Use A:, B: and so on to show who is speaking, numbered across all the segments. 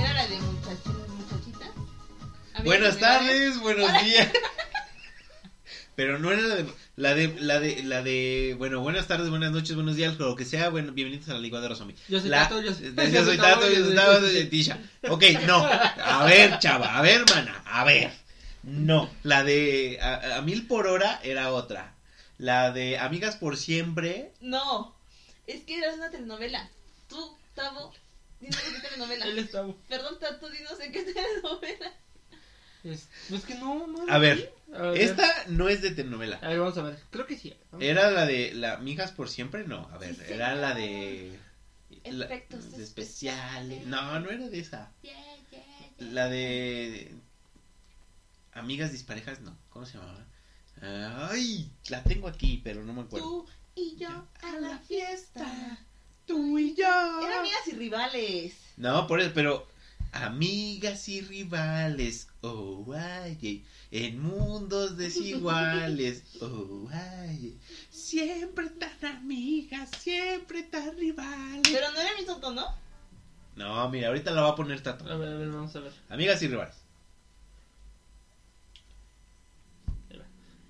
A: Era la de muchachitos, muchachitas. Había
B: Buenas
A: que mirar, ¿eh?
B: tardes, buenos días. Pero no era la de, la de, la de, la de, bueno, buenas tardes, buenas noches, buenos días, lo que sea, bueno, bienvenidos a la licuadora zombie.
C: Yo soy
B: La-
C: Tato, yo soy-
B: yo soy Tato, yo soy Tato, yo soy Tisha. Ok, no, a ver, chava, a ver, mana, a ver. No, la de a, a mil por hora era otra. La de amigas por siempre.
A: No, es que era una telenovela. Tú, Tavo, dinos en qué telenovela.
C: Él es Tavo.
A: Perdón, Tato, dinos en qué telenovela.
C: Es, es que no, mami.
B: A ver,
C: A ver,
B: esta no es de telenovela.
C: A ver, vamos a ver. Creo que sí. ¿no?
B: Era la de la amigas por siempre, no, a ver,
A: Sí,
B: era
A: señor.
B: la de la-
A: Efectos
B: de especiales. No, no era de esa.
A: Yeah, yeah, yeah.
B: La de amigas disparejas, no, ¿cómo se llamaba? Ay, la tengo aquí, pero no me acuerdo.
A: Tú y yo a la fiesta.
B: Tú y yo.
A: Eran amigas y rivales.
B: No, por eso, pero amigas y rivales, oh, ay, en mundos desiguales, oh, ay, siempre tan amigas, siempre tan rivales.
A: Pero no era el mismo tono.
B: No, mira, ahorita la va a poner Tato.
C: A ver, a ver, vamos a ver.
B: Amigas y rivales.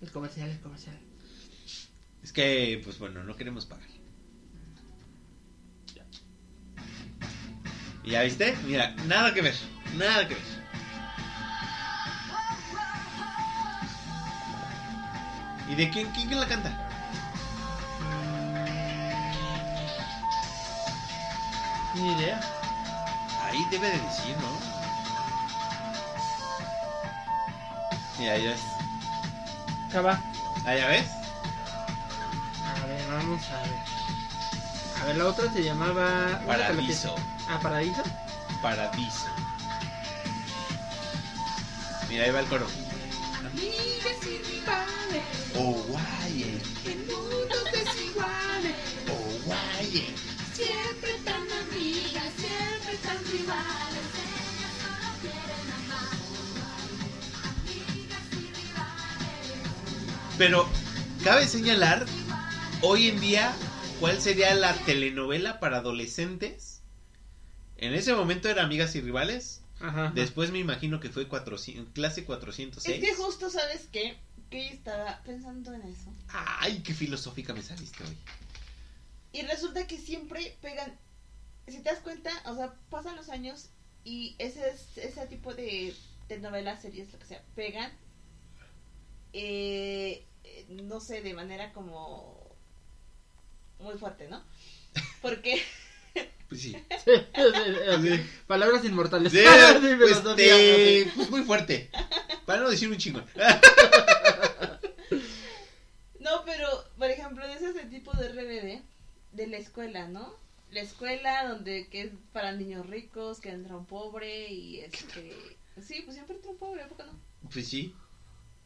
C: El comercial, el comercial.
B: Es que, pues bueno, no queremos pagar. ¿Y ya viste? Mira, nada que ver, nada que ver. ¿Y de quién, quién, quién la canta?
C: Mm. Ni idea.
B: Ahí debe de decir, ¿no? Mira, ya ves.
C: Acaba.
B: Ah, ya ves.
C: A ver, vamos a ver. A ver, la otra se llamaba.
B: Paradiso.
C: Ah, Paraíso.
B: Paradiso. Mira, ahí va el coro.
A: Amigas y rivales.
B: Oh, guay.
A: En mundos desiguales.
B: Oh, guay.
A: Siempre tan amigas, siempre tan rivales. Ellas solo quieren amar. Amigas y rivales.
B: Pero cabe señalar, hoy en día, ¿cuál sería la telenovela para adolescentes? En ese momento era Amigas y Rivales.
C: Ajá.
B: Después me imagino que fue 400, clase
A: Es
B: 406.
A: que justo, ¿sabes qué? Que yo estaba pensando en eso.
B: Ay, qué filosófica me saliste hoy.
A: Y resulta que siempre pegan. Si te das cuenta, o sea, pasan los años y ese, es- ese tipo de, de novelas, series, lo que sea, pegan. eh, eh, no sé, de manera como. muy fuerte, ¿no? Porque.
B: Pues sí.
C: Sí, sí, sí. Palabras inmortales.
B: Sí,
C: Sí,
B: pues,
C: filosofía,
B: este,
C: así.
B: pues muy fuerte. Para no decir un chingo.
A: No, pero, por ejemplo, ese es el tipo de RBD de la escuela, ¿no? La escuela donde que es para niños ricos, que entra un pobre y este. Sí, pues siempre entra un pobre, ¿a poco no?
B: Pues sí.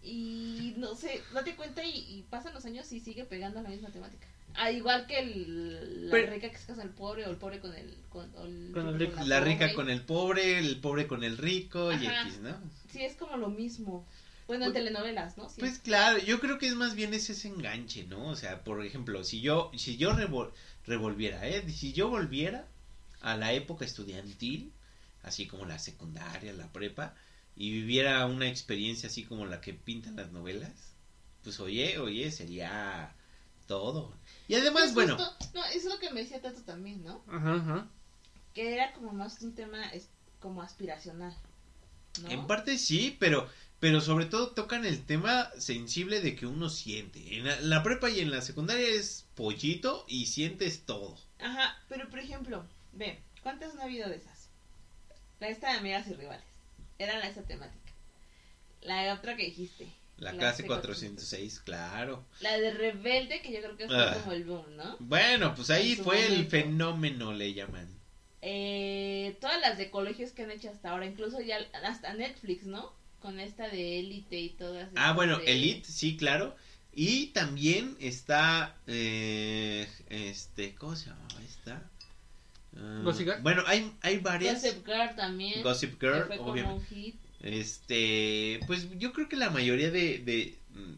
A: Y no sé, date cuenta y, y pasan los años y sigue pegando la misma temática. Ah, igual que el, la
B: Pero-
A: rica que se casa con el pobre o el pobre con el... Con, o el,
C: Con el rico.
B: La rica con el pobre, el pobre con el rico y
A: Ajá.
B: X, ¿no?
A: Sí, es como lo mismo. Bueno, en
B: Pues-
A: telenovelas, ¿no? Sí.
B: Pues claro, yo creo que es más bien ese, ese enganche, ¿no? O sea, por ejemplo, si yo, si yo revol- revolviera, ¿eh? Si yo volviera a la época estudiantil, así como la secundaria, la prepa, y viviera una experiencia así como la que pintan las novelas, pues oye, oye, sería todo. Y además,
A: Pues
B: bueno,
A: justo- no, eso es lo que me decía Tato también, ¿no?
C: Ajá, ajá.
A: Que era como más un tema es, como aspiracional. ¿no?
B: en parte sí, pero, pero sobre todo tocan el tema sensible de que uno siente. En la- la prepa y en la secundaria es pollito y sientes todo.
A: Ajá, pero por ejemplo, ve, ¿cuántas no ha habido de esas? La esta de amigas y rivales. Era la esa temática. La otra que dijiste,
B: La
A: Clase
B: clase 406, claro.
A: La de Rebelde, que yo creo que fue
B: Ah.
A: como el boom, ¿no?
B: Bueno, pues ahí
A: En su
B: fue el
A: momento.
B: fenómeno, le llaman.
A: Eh, todas las de colegios que han hecho hasta ahora, incluso ya hasta Netflix, ¿no? Con esta de Elite y todas.
B: Ah,
A: estas
B: bueno,
A: de-
B: Elite, sí, claro. Y también está, eh, este, ¿cómo se llamaba esta? Ah,
C: Gossip Girl.
B: Bueno, hay, hay varias.
A: Gossip Girl también.
B: Gossip
A: que
B: Girl,
A: fue como
B: obviamente.
A: un hit.
B: Este, pues yo creo que la mayoría de, de mm,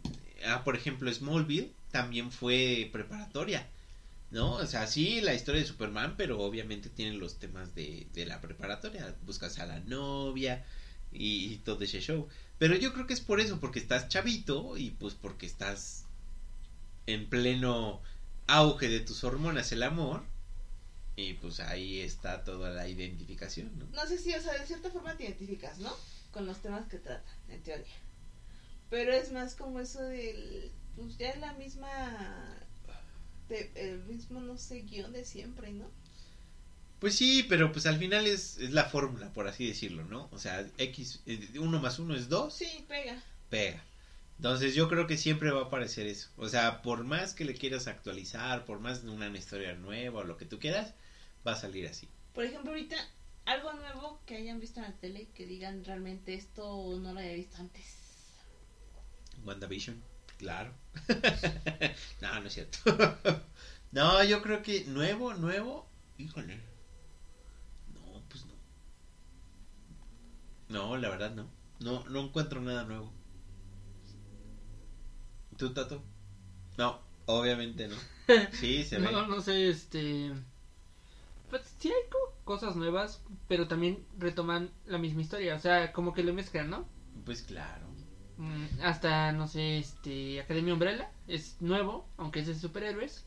B: ah, por ejemplo, Smallville también fue preparatoria, ¿no? O sea, sí, la historia de Superman, pero obviamente tienen los temas de, de la preparatoria, buscas a la novia y, y todo ese show. Pero yo creo que es por eso, porque estás chavito y pues porque estás en pleno auge de tus hormonas, el amor, y pues ahí está toda la identificación, ¿no?
A: No sé si, o sea, de cierta forma te identificas, ¿no? Con los temas que trata, en teoría. Pero es más como eso del. Pues ya es la misma. de- el mismo, no sé, guión de siempre, ¿no?
B: Pues sí, pero pues al final es, es la fórmula, por así decirlo, ¿no? O sea, X, 1 más 1 es 2,
A: Sí, pega.
B: pega. Entonces yo creo que siempre va a aparecer eso. O sea, por más que le quieras actualizar, por más de una historia nueva o lo que tú quieras, va a salir así.
A: Por ejemplo, ahorita, algo nuevo que hayan visto en la tele y que digan realmente esto no lo había visto antes.
B: WandaVision, claro. no, no es cierto. no, yo creo que nuevo, nuevo, híjole. No, pues no. No, la verdad no. No, no encuentro nada nuevo. ¿Tú, Tato? No, obviamente no. Sí, se ve.
C: No, no sé, este. Pues sí hay como cosas nuevas, pero también retoman la misma historia. O sea, como que lo mezclan, ¿no?
B: Pues claro.
C: Mm, hasta, no sé, este. Academia Umbrella es nuevo, aunque es de superhéroes.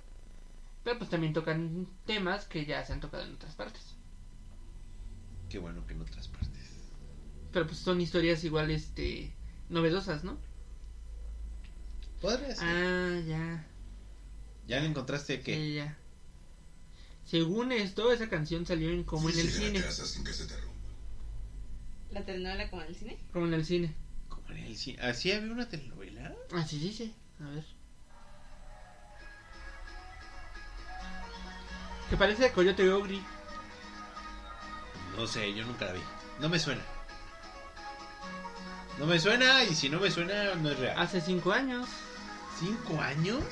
C: Pero pues también tocan temas que ya se han tocado en otras partes.
B: Qué bueno que en otras partes.
C: Pero pues son historias igual, este. novedosas, ¿no?
B: Podría ser.
C: Ah, ya.
B: ¿Ya le encontraste que
C: Sí, ya. Según esto, esa canción salió en como en el cine.
A: La telenovela con el cine.
C: Como en el cine.
B: Como en el cine. ¿Así había una telenovela?
C: Así dice. A ver. Que parece Coyote Ogri.
B: No sé, yo nunca la vi. No me suena. No me suena y si no me suena no es real.
C: Hace cinco años.
B: ¿Cinco años?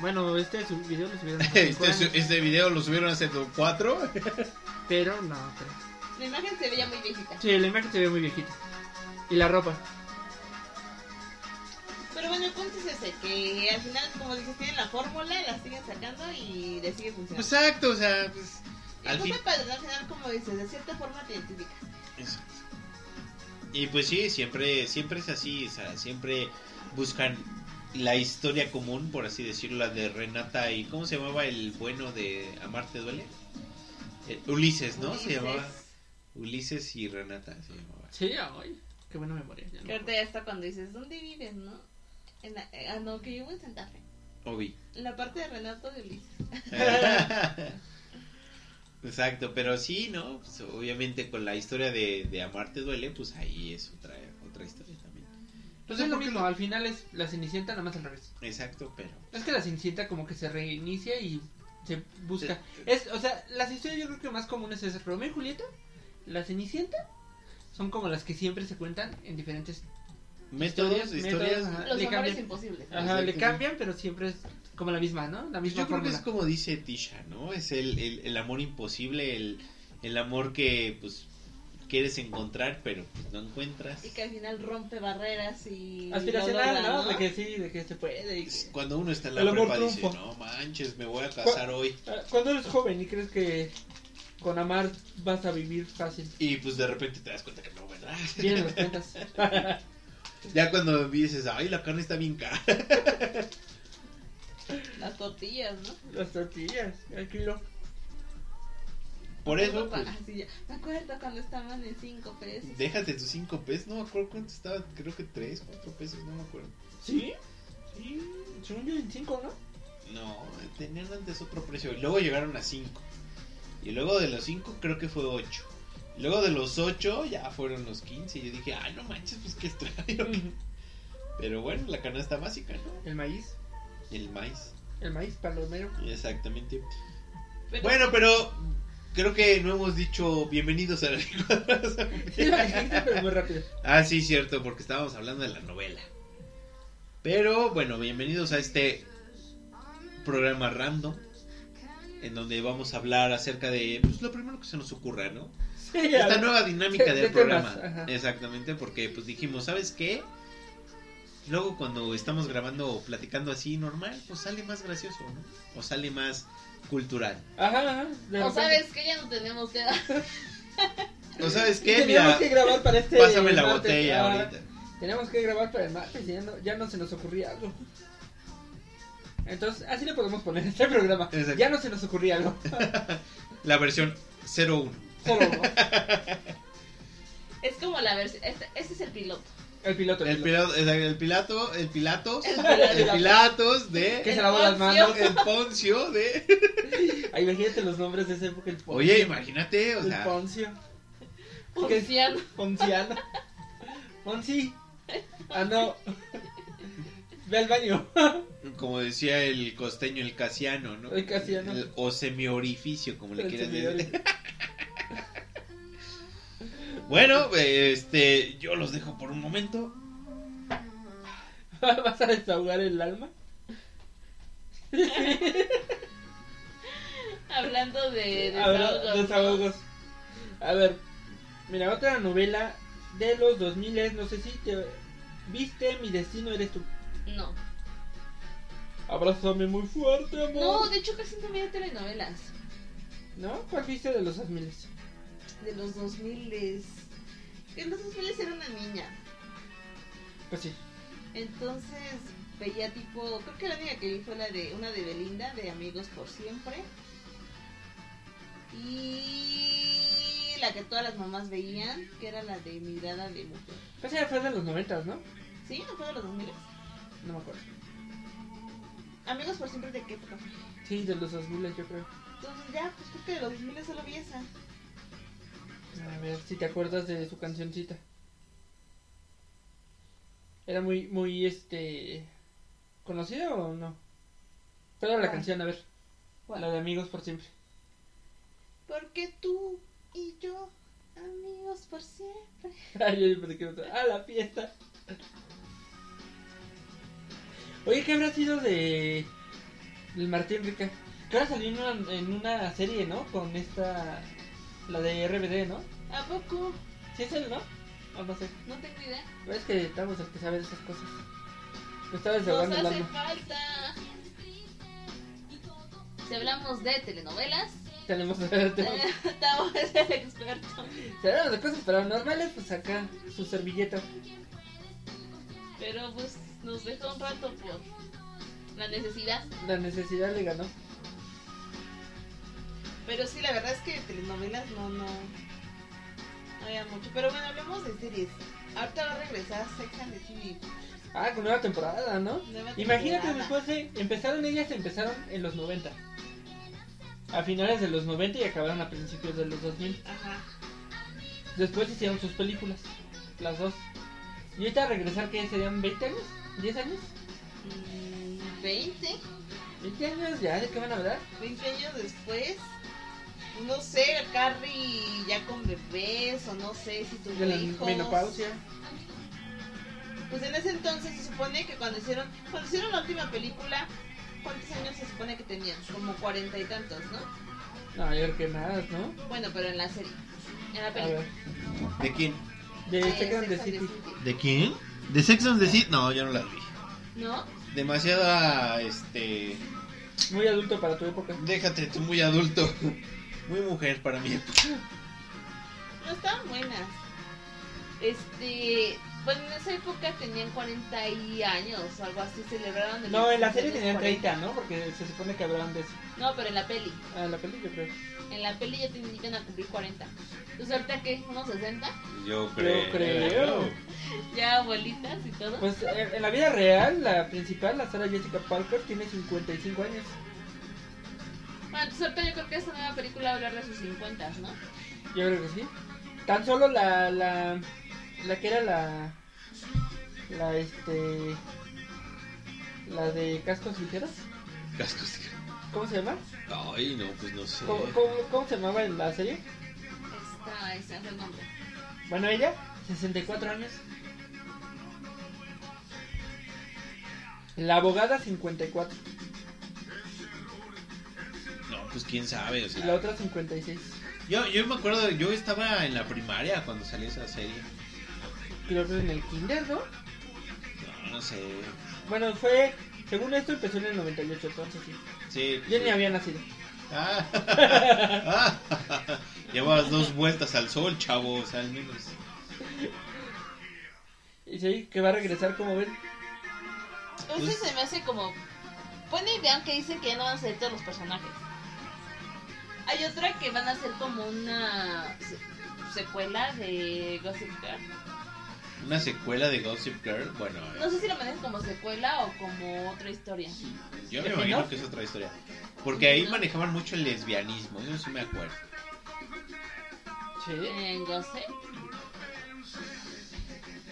C: Bueno, este su- video lo subieron hace cinco
B: Este,
C: años,
B: este video lo subieron hace do- cuatro.
C: Pero no, pero...
A: La imagen se veía muy viejita.
C: Sí, la imagen se ve muy viejita. Y la ropa.
A: Pero bueno, el punto es ese, que al final, como dices, tienen la fórmula, la siguen sacando y le sigue funcionando.
B: Exacto, o sea, pues,
A: Y
B: al
A: está
B: fin.
A: padre, ¿no? al final, como dices, de cierta forma te identificas.
B: Exacto. Y pues sí, siempre, siempre es así, o sea, siempre buscan la historia común, por así decirlo, la de Renata y ¿cómo se llamaba el bueno de Amarte Duele? Eh, Ulises, ¿no? Se
A: Ulises,
B: llamaba Ulises y Renata se llamaba.
C: Sí, ay. Qué buena memoria. ya
A: Que
C: no me
A: ahorita ya
C: acuerdo.
A: está cuando dices, ¿dónde vives, no? En la- eh, ah, no, que yo vivo en Santa Fe.
B: Obi.
A: En la parte de Renato de Ulises.
B: Eh. Exacto, pero sí, ¿no? Pues, obviamente con la historia de, de Amarte Duele, pues ahí es otra, otra historia también. No
C: Pues
B: sé
C: es lo
B: por qué
C: mismo,
B: lo-
C: al final es la Cenicienta nada más al revés.
B: Exacto, pero...
C: Es que la Cenicienta como que se reinicia y se busca.
B: Sí.
C: Es, o sea, las historias yo creo que más comunes es Romeo y Julieta, la Cenicienta, son como las que siempre se cuentan en diferentes...
B: Métodos,
C: Historias,
B: historias...
C: métodos, ajá.
A: Los
C: Le
A: amores
C: cambian.
A: imposibles.
C: Ajá,
B: Exacto,
C: le
B: sí.
C: cambian, pero siempre es como la misma, ¿no? La
B: Pues
C: misma
B: yo creo que es
C: fórmula.
B: como dice Tisha, ¿no? Es el, el, el amor imposible, el, el amor que, pues, quieres encontrar, pero pues, no encuentras.
A: Y que al final rompe barreras y. lo
C: Aspiracional,
A: logra,
C: ¿no? De que sí, de que se puede. y que-
B: Cuando uno está en la
C: El amor
B: prepa dice,
C: triunfa.
B: no manches, me voy a casar hoy.
C: Ah, Cuando eres joven y crees que con amar vas a vivir fácil.
B: Y pues de repente te das cuenta que no, ¿verdad?
C: Vienen las cuentas.
B: Ya cuando dices, ay, la carne está bien cara.
A: Las tortillas, ¿no?
C: las tortillas, el kilo.
B: Por eso,
A: Pa-
B: pues,
A: así Ah, ya. Me acuerdo cuando estaban en 5 pesos.
B: déjate tus 5 pesos. No me acuerdo cuánto estaba, creo que 3, 4 pesos, no me acuerdo.
C: ¿Sí? Sí, según yo en cinco, ¿no?
B: No, tenían antes otro precio. y Luego llegaron a 5. Y luego de los 5 creo que fue 8. "Ah, Luego de los 8 ya fueron los 15. Y yo dije, ay, no manches, pues qué extraño. Pero bueno, la canasta básica, ¿no?
C: El maíz.
B: El maíz.
C: El maíz palomero.
B: Exactamente.
A: Pero-
B: Bueno, pero creo que no hemos dicho bienvenidos a la licuadora zombie.
C: Sí, lo dijiste, pero muy rápido.
B: Ah, sí, cierto, porque estábamos hablando de la novela. Pero bueno, bienvenidos a este programa random en donde vamos a hablar acerca de pues, lo primero que se nos ocurra, ¿no?
C: Sí, a
B: Esta
C: ver.
B: nueva dinámica
C: de- de
B: del
C: temas,
B: programa.
C: ajá.
B: Exactamente, porque pues dijimos, ¿sabes qué? Luego cuando estamos grabando o platicando así normal, pues sale más gracioso, ¿no? O sale más cultural.
C: Ajá, ajá. de
A: O
C: repente.
A: sabes que ya no tenemos edad.
B: ¿O sabes
C: Y
B: qué?
C: Teníamos
B: Mira,
C: que grabar para este.
B: pásame la
C: martes.
B: botella
C: Ah,
B: ahorita.
C: Teníamos que grabar para el martes y ya no, ya no se nos ocurría algo. Entonces, así le podemos poner este programa.
B: Exacto.
C: Ya no se nos ocurría algo.
B: La versión 01.
C: Solo
A: Es como la versión. Este, este es el piloto.
C: el piloto.
B: El pilato, el pilato, el pilatos,
A: El
B: el
A: pilato.
B: pilatos
C: Que
B: de
C: se lavó las manos.
B: el Poncio de
C: Ay, imagínate los nombres de esa época. El Poncio.
B: Oye, imagínate, o
C: El
B: sea,
C: Poncio.
A: Ponciano.
C: Ponciano. Ponzi. Ah, no. Ve al baño.
B: como decía el costeño, el casiano, ¿no?
C: El Casiano.
B: El- o semiorificio, como le quieras decir. Bueno, este, yo los dejo por un momento.
C: ¿Vas a desahogar el alma?
A: Hablando de
C: Habrá
A: desahogos.
C: Eh, desahogos. A ver, mira, otra novela de los 2000 no sé si te viste Mi Destino Eres Tú.
A: No.
C: Abrázame muy fuerte,
A: No,
C: amor.
A: de hecho casi no veía telenovelas.
C: ¿No? ¿Cuál viste de los 2000?
A: De los 2000 es. Que en los 2000 era una niña.
C: Pues sí.
A: Entonces veía tipo. Creo que la única que vi fue la de una de Belinda, de Amigos por Siempre. Y. La que todas las mamás veían, que era la de Mirada de Mujer.
C: Pues ya fue de los 90, ¿no?
A: ¿Sí? ¿No fue de los 2000?
C: No me acuerdo.
A: Amigos por Siempre, ¿de qué época fue?
C: Sí, de los 2000 yo creo.
A: Entonces ya, pues creo que de los 2000 solo vi esa.
C: A ver si te acuerdas de su cancioncita. ¿Era muy, muy, este... conocida o no? Pero la
A: ¿Cuál?
C: canción, a ver. La de Amigos por Siempre.
A: Porque tú y yo, amigos por siempre.
C: Ay, yo pensé que otra. Ah, la fiesta. Oye, ¿qué habrá sido de. del Martín Rica? Que ahora salió en una, en una serie, ¿no? Con esta. la de RBD, ¿no?
A: ¿A poco?
C: ¿Sí es él, no? O no sé.
A: No tengo idea.
C: Pero es que estamos el que sabe de esas cosas. Me estaba
A: Nos
C: desahogando el
A: hace
C: alma.
A: falta. Si hablamos de telenovelas,
C: Tenemos tenemos-
A: Tavo es el experto.
C: Si hablamos de cosas paranormales, pues acá, su servilleta.
A: Pero pues nos dejó un rato por la necesidad.
C: La necesidad le ganó.
A: Pero sí, la verdad es que telenovelas no, no. No había mucho. Pero bueno, hablemos de series. Ahorita va a regresar Sex and the City.
C: Ah, con nueva temporada, ¿no?
A: nueva
C: Imagínate
A: temporada.
C: después de. Empezaron ellas, empezaron en los 90. A finales de los 90 y acabaron a principios de los 2000.
A: Ajá.
C: Después hicieron sus películas, las dos. Y ahorita regresar, que serían 20 años, 10 años.
A: Mm, 20.
C: 20 años ya, ¿de qué van a hablar?
A: 20 años después, no sé, Carrie ya con bebés o no sé si tuvo
C: De la
A: hijos.
C: menopausia.
A: Pues en ese entonces se supone que cuando hicieron, cuando hicieron la última película, ¿cuántos años se supone que tenían? Como cuarenta y tantos, ¿no?
C: No, yo creo que más, ¿no?
A: Bueno, pero en la serie, en la
C: A
A: película.
C: ver.
B: ¿De quién?
C: De
A: Eh,
C: Sex and the
A: Sex and
C: City.
A: the City.
B: ¿De quién? ¿De Sex and the City? No, yo no la vi.
A: ¿No?
B: Demasiada, este...
C: Muy adulto para tu época.
B: Déjate, tú muy adulto. Muy mujer para mí.
A: No estaban buenas. Este, bueno, en esa época tenían 40 y años o algo así, celebraron el
C: No, en la serie tenían
A: 1940.
C: 30, ¿no? Porque se supone que hablaban de eso.
A: No, pero en la peli.
C: Ah, la peli, yo creo.
A: En la peli ya te invitan a cumplir 40. Entonces ahorita qué, unos 60,
B: Yo
C: creo. creo.
A: ya abuelitas y todo.
C: Pues en en la vida real, la principal, la Sara Jessica Parker, tiene 55 años.
A: Bueno, entonces ahorita yo creo que esta nueva película va a hablar de sus 50, ¿no?
C: Yo creo que sí. Tan solo la, la, la que era la, La este. La de cascos ligeros.
B: Cascos.
C: ¿Cómo se llama?
B: Ay, no, pues no sé.
C: ¿Cómo, cómo, cómo se llamaba en la serie?
A: Está, está el nombre.
C: Bueno, ella, 64 años. La abogada, 54.
B: No, pues quién sabe, o
C: Y
B: sea.
C: la otra, 56.
B: Yo, yo me acuerdo, yo estaba en la primaria cuando salió esa serie.
C: Y la otra en el kinder, ¿no?
B: No, no sé.
C: Bueno, fue... Según esto empezó en el 98, entonces sí.
B: Sí.
C: Yo
B: sí.
C: ni había nacido.
B: Ah, ah, llevas dos vueltas al sol, chavo, o sea, al menos.
C: Y sí, que va a regresar, como ven.
A: Entonces se me hace como. Buena idea, aunque dicen que ya no van a ser todos los personajes. Hay otra que van a ser como una se- secuela de Gossip Girl.
B: Una secuela de Gossip Girl, bueno, eh,
A: No sé si lo manejan como secuela o como otra historia.
B: yo me
C: ¿El
B: imagino
C: spin-off?
B: que es otra historia. Porque ahí manejaban mucho el lesbianismo, yo sí me acuerdo.
C: Sí.
A: En Gossip.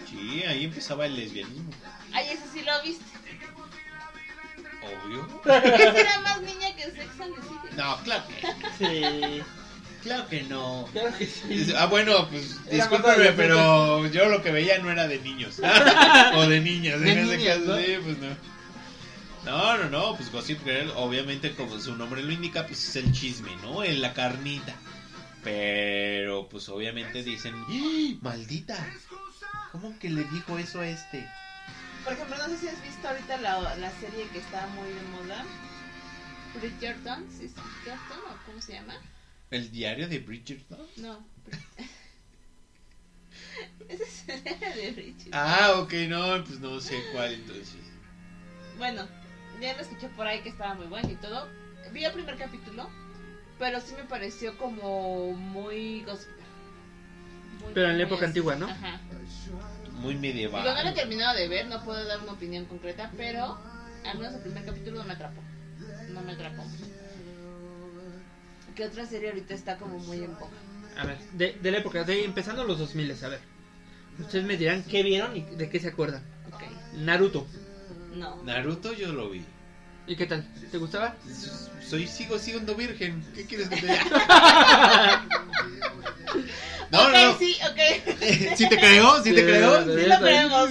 B: Sí, ahí empezaba el lesbianismo.
A: Ay, ese sí lo viste.
B: Obvio.
A: Esa era más niña que Sex and the City.
B: No, claro que,
C: Sí.
B: claro que no.
C: Claro que sí.
B: Ah, bueno, pues
C: Era
B: discúlpame,
C: más adolescente.
B: pero yo lo que veía no era de niños. o de niñas,
C: De
B: en ese
C: niñas,
B: caso,
C: ¿no?
B: sí, pues no. No, no, no, pues Gossip Girl, obviamente, como su nombre lo indica, pues es el chisme, ¿no? En la carnita. Pero, pues obviamente dicen, ¡Ah! ¡maldita! ¿Cómo que le dijo eso a este?
A: Por ejemplo, no sé si has visto ahorita la, la serie que está muy de moda. Bridgerton, ¿sí es Bridgerton o cómo se llama?
B: ¿El diario de Bridgerton?
A: No. Esa es la de Bridgerton.
B: Ah, ok, no, pues no sé cuál entonces.
A: Bueno, ya lo escuché por ahí que estaba muy bueno y todo. Vi el primer capítulo, pero sí me pareció como muy gospel. Muy-
C: Pero en la
A: muy
C: época antigua, ¿no?
A: Ajá.
B: Muy medieval.
A: Digo, no lo he terminado de ver, no puedo dar una opinión concreta, pero al menos el primer capítulo no me atrapó. No me atrapó. ¿Qué otra serie ahorita está como muy en boga?
C: A ver, de, de la época, de empezando los 2000, a ver. Ustedes me dirán qué vieron y de qué se acuerdan.
A: Ok,
C: Naruto.
A: no.
B: Naruto yo lo vi.
C: ¿Y qué tal? ¿Te gustaba?
B: Soy sigo siendo virgen. ¿Qué quieres que te diga? No,
A: ok,
B: no, no.
A: sí, ok.
B: ¿Sí te creo? ¿Sí te creo?
A: Sí lo creemos.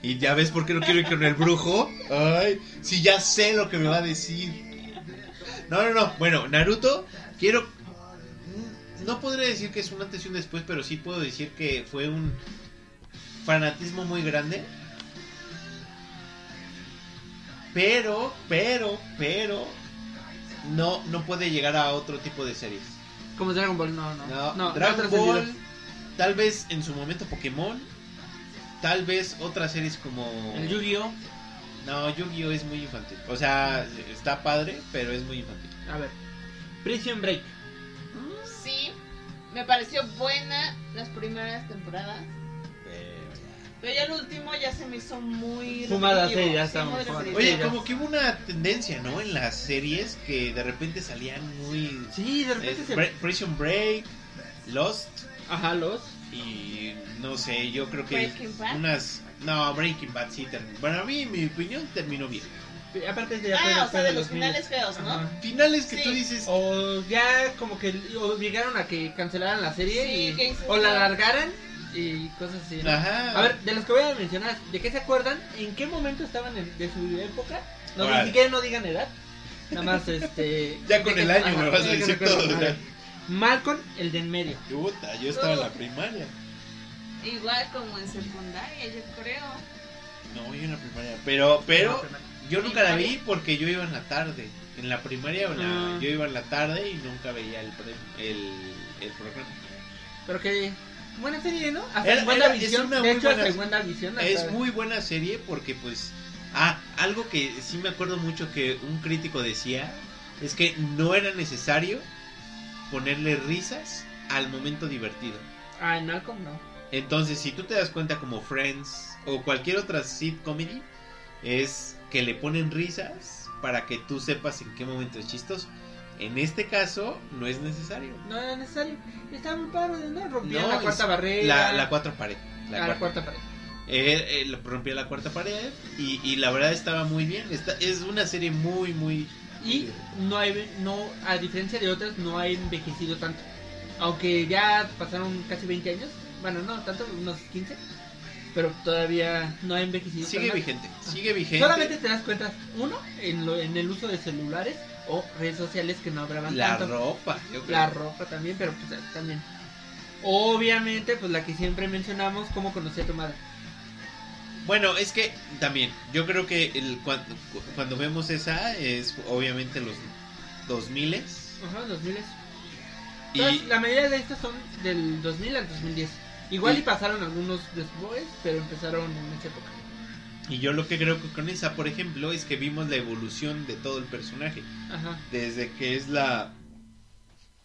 B: ¿Y ya ves por qué no quiero ir con el brujo? Ay, sí, ya sé lo que me va a decir. No, no, no. Bueno, Naruto, quiero... No podría decir que es un antes y un después, pero sí puedo decir que fue un fanatismo muy grande. Pero, pero, pero... No, no puede llegar a otro tipo de series.
C: Como Dragon Ball, no, no.
B: No,
C: no
B: Dragon
C: no trascendió.
B: Ball, tal vez en su momento Pokémon, tal vez otras series como...
C: El Yu-Gi-Oh!
B: No, Yu-Gi-Oh es muy infantil. O sea, está padre, pero es muy infantil.
C: A ver. Prison Break.
A: Sí, me pareció buena las primeras temporadas.
C: Eh,
A: Pero ya el último ya se me hizo muy.
C: Fumada,
A: repetitivo,
C: sí, ya estamos,
A: muy
C: fumada.
A: repetitivo.
B: Oye,
C: ya.
B: como que hubo una tendencia, ¿no? En las series que de repente salían muy...
C: Sí, de repente
B: eh,
C: se...
B: Bre- Prison Break, Lost
C: Ajá, los.
B: y no sé, yo creo que...
A: Breaking Bad.
B: Unas... No, Breaking Bad sí terminó. Para mí, en mi opinión, terminó bien.
C: Aparte de
A: Ah, o sea, de los finales feos, ¿no?
C: Ajá.
B: Finales que
A: Sí.
B: tú dices...
C: Oh, O ya como que obligaron a que cancelaran la serie
A: Sí,
C: y-
A: que hizo-
C: o la alargaran y cosas así. ¿no?
B: Ajá.
C: A ver, de los que voy a mencionar, ¿de qué se acuerdan? ¿En qué momento estaban en- de su época? No,
B: Órale.
C: ni siquiera no digan edad. Nada más, este...
B: Ya con
C: de-
B: el año
C: ajá,
B: me vas a
C: ya con
B: decir
C: el año.
B: todo,
C: A
B: ya.
C: ver, Malcolm, el de en medio.
B: Puta, yo estaba
C: Oh.
B: en la primaria.
A: Igual como en secundaria, yo creo.
B: No, yo en la primaria. Pero, pero, yo nunca la vi porque yo iba en la tarde. En la primaria o en la-
C: Ah.
B: yo iba en la tarde y nunca veía el, pre- el, el programa.
C: Pero que... Buena serie, ¿no? Hasta
B: Era-
C: en Wanda
B: era- es
C: Visión.
B: una
C: De
B: muy
C: hecho, hasta
B: buena-
C: en Wanda Visión.
B: Es muy buena serie porque pues... Ah, algo que sí me acuerdo mucho que un crítico decía es que no era necesario ponerle risas al momento divertido.
C: Ah, en Malcolm no.
B: Entonces, si tú te das cuenta como Friends o cualquier otra sitcomedy, es que le ponen risas para que tú sepas en qué momento es chistoso. En este caso, no es necesario.
C: No era necesario. Estaba muy padre, ¿no? Rompían
B: No,
C: la cuarta
B: es-
C: barrera.
B: La, la cuarta pared. La
C: Ah, la
B: cuarta.
C: cuarta pared.
B: Eh, eh, lo- rompía la cuarta pared y, y la verdad estaba muy bien. Está- es una serie muy, muy...
C: Y no hay, no, a diferencia de otras, no ha envejecido tanto. Aunque ya pasaron casi 20 años, bueno, no tanto, unos 15, pero todavía no ha envejecido.
B: Sigue
C: tan mal.
B: vigente, sigue vigente.
C: Solamente te das cuenta, uno, en, lo- en el uso de celulares o redes sociales que no hablaban
B: La
C: tanto.
B: ropa, yo creo.
C: La ropa también, pero pues también. Obviamente, pues la que siempre mencionamos, cómo conocí a tu madre.
B: Bueno, es que también, yo creo que el, cuando, cu- cuando vemos esa es obviamente los 2000
C: Ajá, 2000.
B: y
C: Todas- la mayoría de estas son del 2000 al 2010. Igual y,
B: Y-
C: pasaron algunos después, pero empezaron en esa época.
B: Y yo lo que creo que con esa, por ejemplo, es que vimos la evolución de todo el personaje.
C: Ajá.
B: Desde que es la,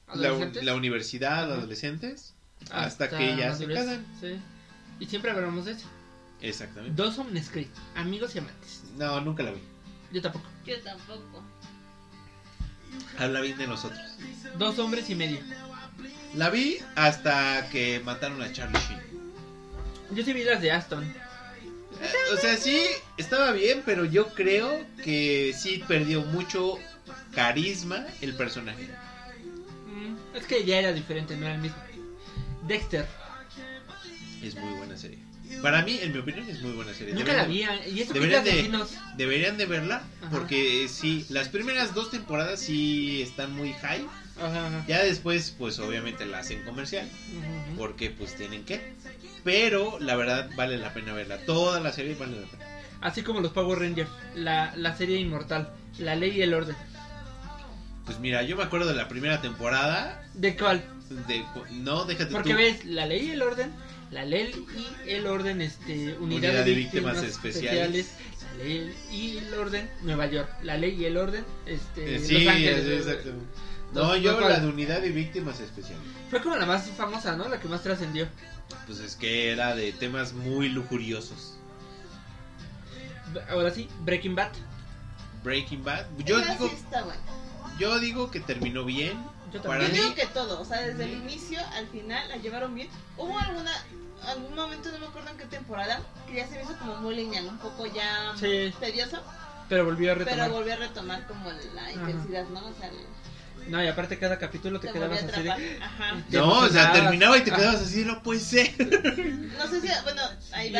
B: la,
C: ¿Adolescentes?
B: la universidad,
C: Ajá.
B: adolescentes, hasta, que ya se
C: madurez,
B: casan.
C: Sí. Y siempre hablamos de eso.
B: Exactamente.
C: Dos hombres Creek, amigos y amantes.
B: No, nunca la vi.
C: Yo tampoco.
A: Yo tampoco.
B: Habla bien Ah, de nosotros.
C: Dos hombres y medio.
B: La vi hasta que mataron a Charlie Sheen.
C: Yo sí vi las de Aston.
B: Eh, O sea, sí, estaba bien, pero yo creo que sí perdió mucho carisma el personaje.
C: Mm, es que ya era diferente, no era el mismo. Dexter,
B: Es muy buena serie. Para mí, en mi opinión, es muy buena serie.
C: nunca
B: Deberían
C: la
B: de-
C: vi. ah, Y eso que
B: deberían
C: las
B: de-
C: vecinos.
B: Deberían de verla
C: Ajá.
B: porque eh, sí, las primeras dos temporadas sí están muy high.
C: Ajá, ajá.
B: Ya después, pues obviamente la hacen comercial
C: Ujú, ujú.
B: porque pues tienen que. Pero la verdad vale la pena verla. Toda la serie vale la pena.
C: Así como los Power Rangers, la, la serie inmortal, la ley y el orden.
B: Pues mira, yo me acuerdo de la primera temporada
C: ¿De cuál?
B: de cu- no déjate
C: Porque
B: tú,
C: ves la ley y el orden, la ley y el orden, este, unidad,
B: Unidad de Víctimas Especiales.
C: la ley y el orden, Nueva York, la ley y el orden, este,
B: Eh, sí,
C: Los Ángeles.
B: es-
C: eh,
B: exactamente. No,
C: Los-
B: yo
C: los-
B: la de unidad de víctimas especiales.
C: Fue como la más famosa, ¿no? La que más trascendió.
B: Pues es que era de temas muy lujuriosos.
C: Ahora sí, Breaking Bad.
B: Breaking Bad. Yo
A: Esa
B: digo,
A: sí está buena.
B: yo digo que terminó bien.
C: Yo
B: Para
A: Yo
C: también.
B: mí-
A: digo que todo, o sea, desde el inicio al final la llevaron bien. Hubo alguna, algún momento, no me acuerdo en qué temporada, que ya se me hizo como muy lineal, un poco ya
C: Sí.
A: tedioso,
C: Pero volvió a retomar.
A: pero volví a retomar como la intensidad, ¿no? O sea, el-
C: No, y aparte cada capítulo te
A: te volví a
C: quedabas así
A: atrapar.
C: de...
A: Ajá.
C: Te
B: No, o sea,
C: emocionabas.
B: terminaba y te
C: Ah.
B: quedabas así, no puede ser.
A: No sé si, bueno, ahí
C: Y
A: va.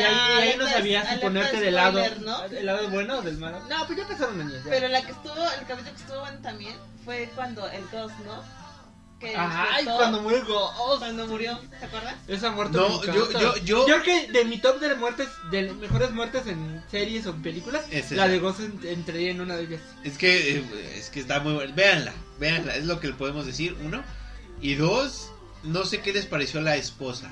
C: ahí, y ahí no
A: alerta-
C: sabías si
A: alerta
C: ponerte
A: de
C: del lado,
A: spoiler, ¿no?
C: del lado bueno o del malo. No, pues ya pasaron años. ya.
A: Pero la que estuvo, el capítulo que estuvo bueno también fue cuando el Ghost, ¿no? Que
C: Ay,
A: explotó
C: cuando murió Ghost.
A: cuando murió, ¿te acuerdas?
C: Esa muerte
B: No,
C: me
B: yo,
C: encanta.
B: yo, yo.
C: Yo creo que de mi top de muertes, de mejores muertes en series o en películas,
B: Es esa.
C: la de Ghost en- entraría en una de ellas.
B: Es que, eh, es que está muy buena. Véanla, véanla, es lo que le podemos decir, uno. Y dos, no sé qué les pareció la esposa,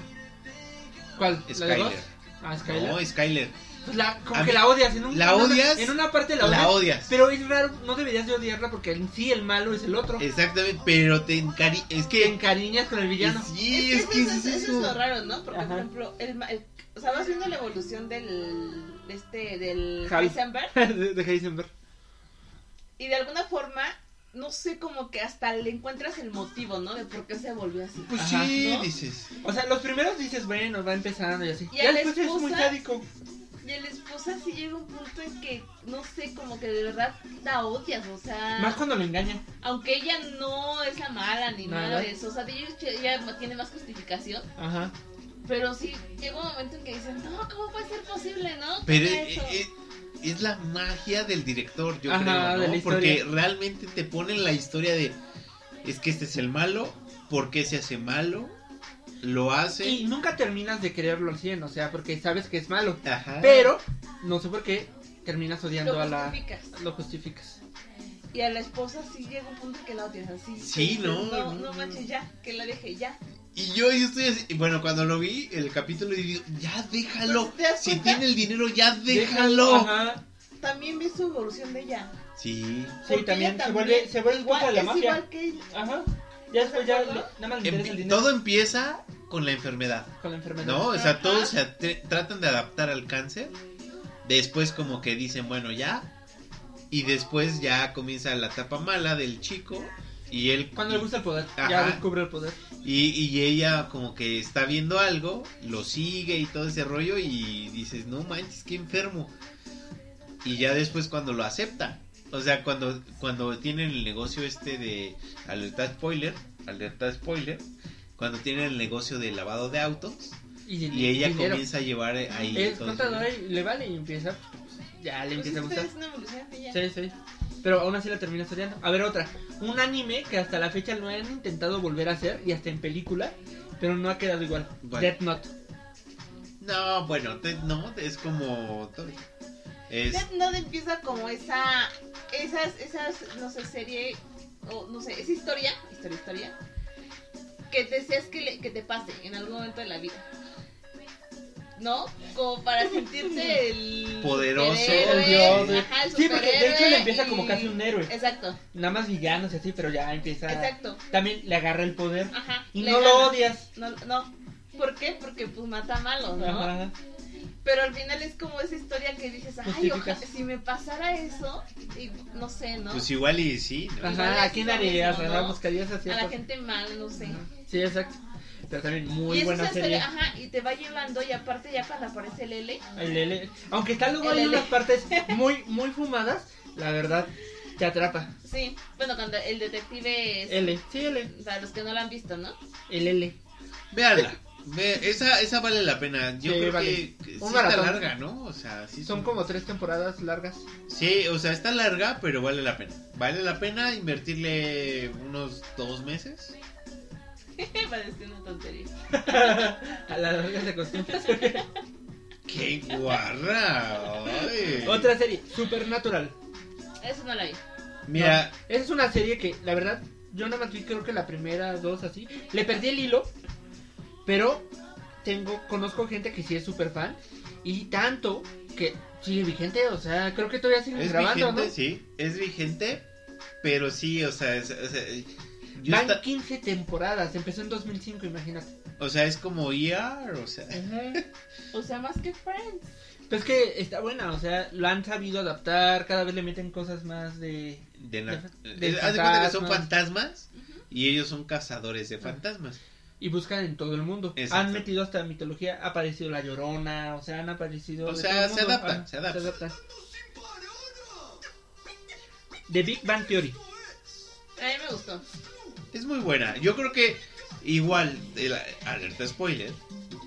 C: ¿Cuál? ¿La de
B: Skyler.
C: Ghost? Ah, Skyler.
B: No, Skyler.
C: Pues la, como
B: A mí-
C: que la odias. En un,
B: ¿La
C: en una-
B: odias?
C: En una parte la odias.
B: La odias.
C: Pero es raro, no deberías de odiarla porque en sí el malo es el otro.
B: Exactamente, pero te encari... Es
C: Te
B: que...
C: encariñas con el villano.
B: Sí, es que
A: eso,
B: es
A: eso es lo
B: eso.
A: raro, ¿no? Porque,
C: Ajá.
A: por ejemplo, el, ma- el- o sea, vas viendo la evolución del, de este, del
C: Javi.
A: Heisenberg,
C: de, de Heisenberg.
A: y de alguna forma, no sé, como que hasta le encuentras el motivo, ¿no? De por qué se volvió así.
B: Pues
C: Ajá,
B: sí,
A: ¿no?
B: dices.
C: O sea, los primeros dices, bueno, va empezando y así.
A: ¿Y a
C: ya
A: la
C: después es muy
A: esposa?
C: sádico.
A: Y el esposa sí llega un punto en que, no sé, como que de verdad la odias, o sea...
C: Más cuando lo engañan.
A: Aunque ella no es la mala ni
C: Nada.
A: nada, de eso, o sea, ella, ella tiene más justificación,
C: Ajá.
A: pero sí llega un momento en que dicen, no, ¿cómo puede ser posible, no? ¿Qué
B: Pero
A: era
B: eh,
A: eso?"
B: eh, es la magia del director, yo
C: Ajá,
B: creo, ¿no?
C: de la historia.
B: Porque realmente te ponen la historia de... Es que este es el malo, ¿por qué se hace malo? Lo hace...
C: Y nunca terminas de quererlo al 100, o sea, porque sabes que es malo.
B: Ajá.
C: Pero, no sé por qué, terminas odiando
A: Lo
C: a la...
A: justificas.
C: Lo justificas.
A: Y a la esposa sí llega un punto que la odias así.
B: Sí,
A: que dices,
B: no,
A: No,
B: no,
A: no manches, ya, que la deje ya.
B: Y yo, yo estoy así, y bueno, cuando lo vi, el capítulo, y digo, ya déjalo.
A: ¿Te das
B: Si
A: cuenta?
B: tiene el dinero, ya déjalo.
C: Ajá.
A: También ves su evolución de ella.
B: Sí.
C: Sí,
A: Porque
C: también,
A: ella
C: se vuelve, se vuelve
A: igual,
C: culpa de la
A: es
C: mafia.
A: igual que ella.
C: Ajá. Ya después ya le- nada más le
B: Em-
C: interesa el dinero
B: todo empieza con la enfermedad,
C: con la enfermedad.
B: ¿no? O
A: Ajá.
B: sea, todos se atre- tratan de adaptar al cáncer. Después como que dicen, bueno, ya. Y después ya comienza la etapa mala del chico. Y él...
C: Cuando le gusta el poder, ya
B: Ajá.
C: descubre el poder.
B: Y, y ella como que está viendo algo, lo sigue y todo ese rollo y dices, no manches, qué enfermo. Y ya después cuando lo acepta, o sea, cuando, cuando tienen el negocio este de alerta spoiler, alerta spoiler, cuando tienen el negocio de lavado de autos
C: Y,
B: y ella
C: dinero.
B: comienza a llevar ahí...
C: Es
B: todo ese
C: contadora
B: rollo.
C: y le vale y empieza. Ya le
A: Pues esta
C: empieza a gustar.
A: es una evolución que ya-
C: Sí, sí. Pero aún así la terminas odiando. A ver, otra. Un anime que hasta la fecha lo han intentado volver a hacer y hasta en película, pero no ha quedado igual.
B: ¿Cuál?
C: Death Note.
B: No, bueno, te- no, es como... Es,
C: Pues,
A: Death Note empieza como esa, esas, esas, no sé, serie, o no sé, esa historia, historia, historia, que deseas que, le- que te pase en algún momento de la vida. ¿No? Como para sentirte el...
B: Poderoso.
A: superhéroe,
C: El dios, güey.
A: ajá, el
C: Sí, porque de hecho
A: superhéroe
C: le empieza
A: y-
C: como casi un héroe.
A: Exacto,
C: Nada más villanos y así, pero ya empieza.
A: exacto.
C: También le agarra el poder.
A: Ajá.
C: Y
A: le
C: no
A: gana.
C: lo odias.
A: No, no. ¿Por qué? Porque pues mata malos, ¿no?
C: Ajá.
A: Pero al final es como esa historia que dices, ay,
C: Justificas.
A: ojalá, si me pasara eso, y no sé, ¿no?
B: pues igual y sí, ¿no?
C: Ajá, ¿a quién harías?
A: No, no.
C: Ajá, buscarías Pues así.
A: a la
C: otro-
A: gente mal, no sé.
C: Ajá. Sí, exacto. Pero también
A: y
C: muy
A: es
C: buena
A: esa
C: serie.
A: historia, ajá, y te va llevando, y aparte ya cuando aparece el L,
C: El L. Aunque está luego
A: El
C: hay
A: L.
C: unas partes muy, muy fumadas, la verdad, te atrapa.
A: sí, bueno, cuando el detective es,
C: L, sí, L.
A: o sea, los que no lo han visto, ¿no?
C: El L.
B: Véanla. Ve- esa, esa vale la pena. Yo
C: Sí,
B: creo
C: vale.
B: que, que sí
C: Un
B: está
C: maratón.
B: larga, ¿no? O sea, sí
C: Son
B: es-
C: como tres temporadas largas.
B: Sí, o sea, está larga, pero vale la pena. Vale la pena invertirle unos dos meses.
A: va a decir una tontería.
C: A la larga se acostumbra.
B: ¡Qué guarra! Ay.
C: Otra serie, Supernatural.
A: Eso no lo vi.
B: Mira,
C: Esa es una serie que, la verdad, yo nada más vi creo que la primera, dos, así. Le perdí el hilo, pero tengo, conozco gente que sí es súper fan. Y tanto que sigue vigente, o sea, creo que todavía siguen
B: es
C: grabando,
B: vigente,
C: ¿no?
B: sí. Es vigente, pero sí, o sea, es, o sea, yo
C: Van
B: esta-
C: 15 temporadas, empezó en 2005, imagínate.
B: o sea, es como ER, o sea.
A: O sea, más que Friends.
C: Pues que está buena, o sea, lo han sabido adaptar, cada vez le meten cosas más de...
B: De la-
C: De- de
B: eh, haz de cuenta que son
C: fantasmas.
B: fantasmas y ellos son cazadores de fantasmas.
C: Y buscan en todo el mundo.
B: Exacto.
C: Han metido hasta mitología, ha aparecido La Llorona, o sea, han aparecido...
B: O
C: de
B: sea,
C: todo el
B: se
C: mundo.
B: adaptan,
C: Ah,
B: se adaptan.
C: The Big Bang Theory.
A: A mí me gustó.
B: Es muy buena. Yo creo que igual, el- alerta spoiler,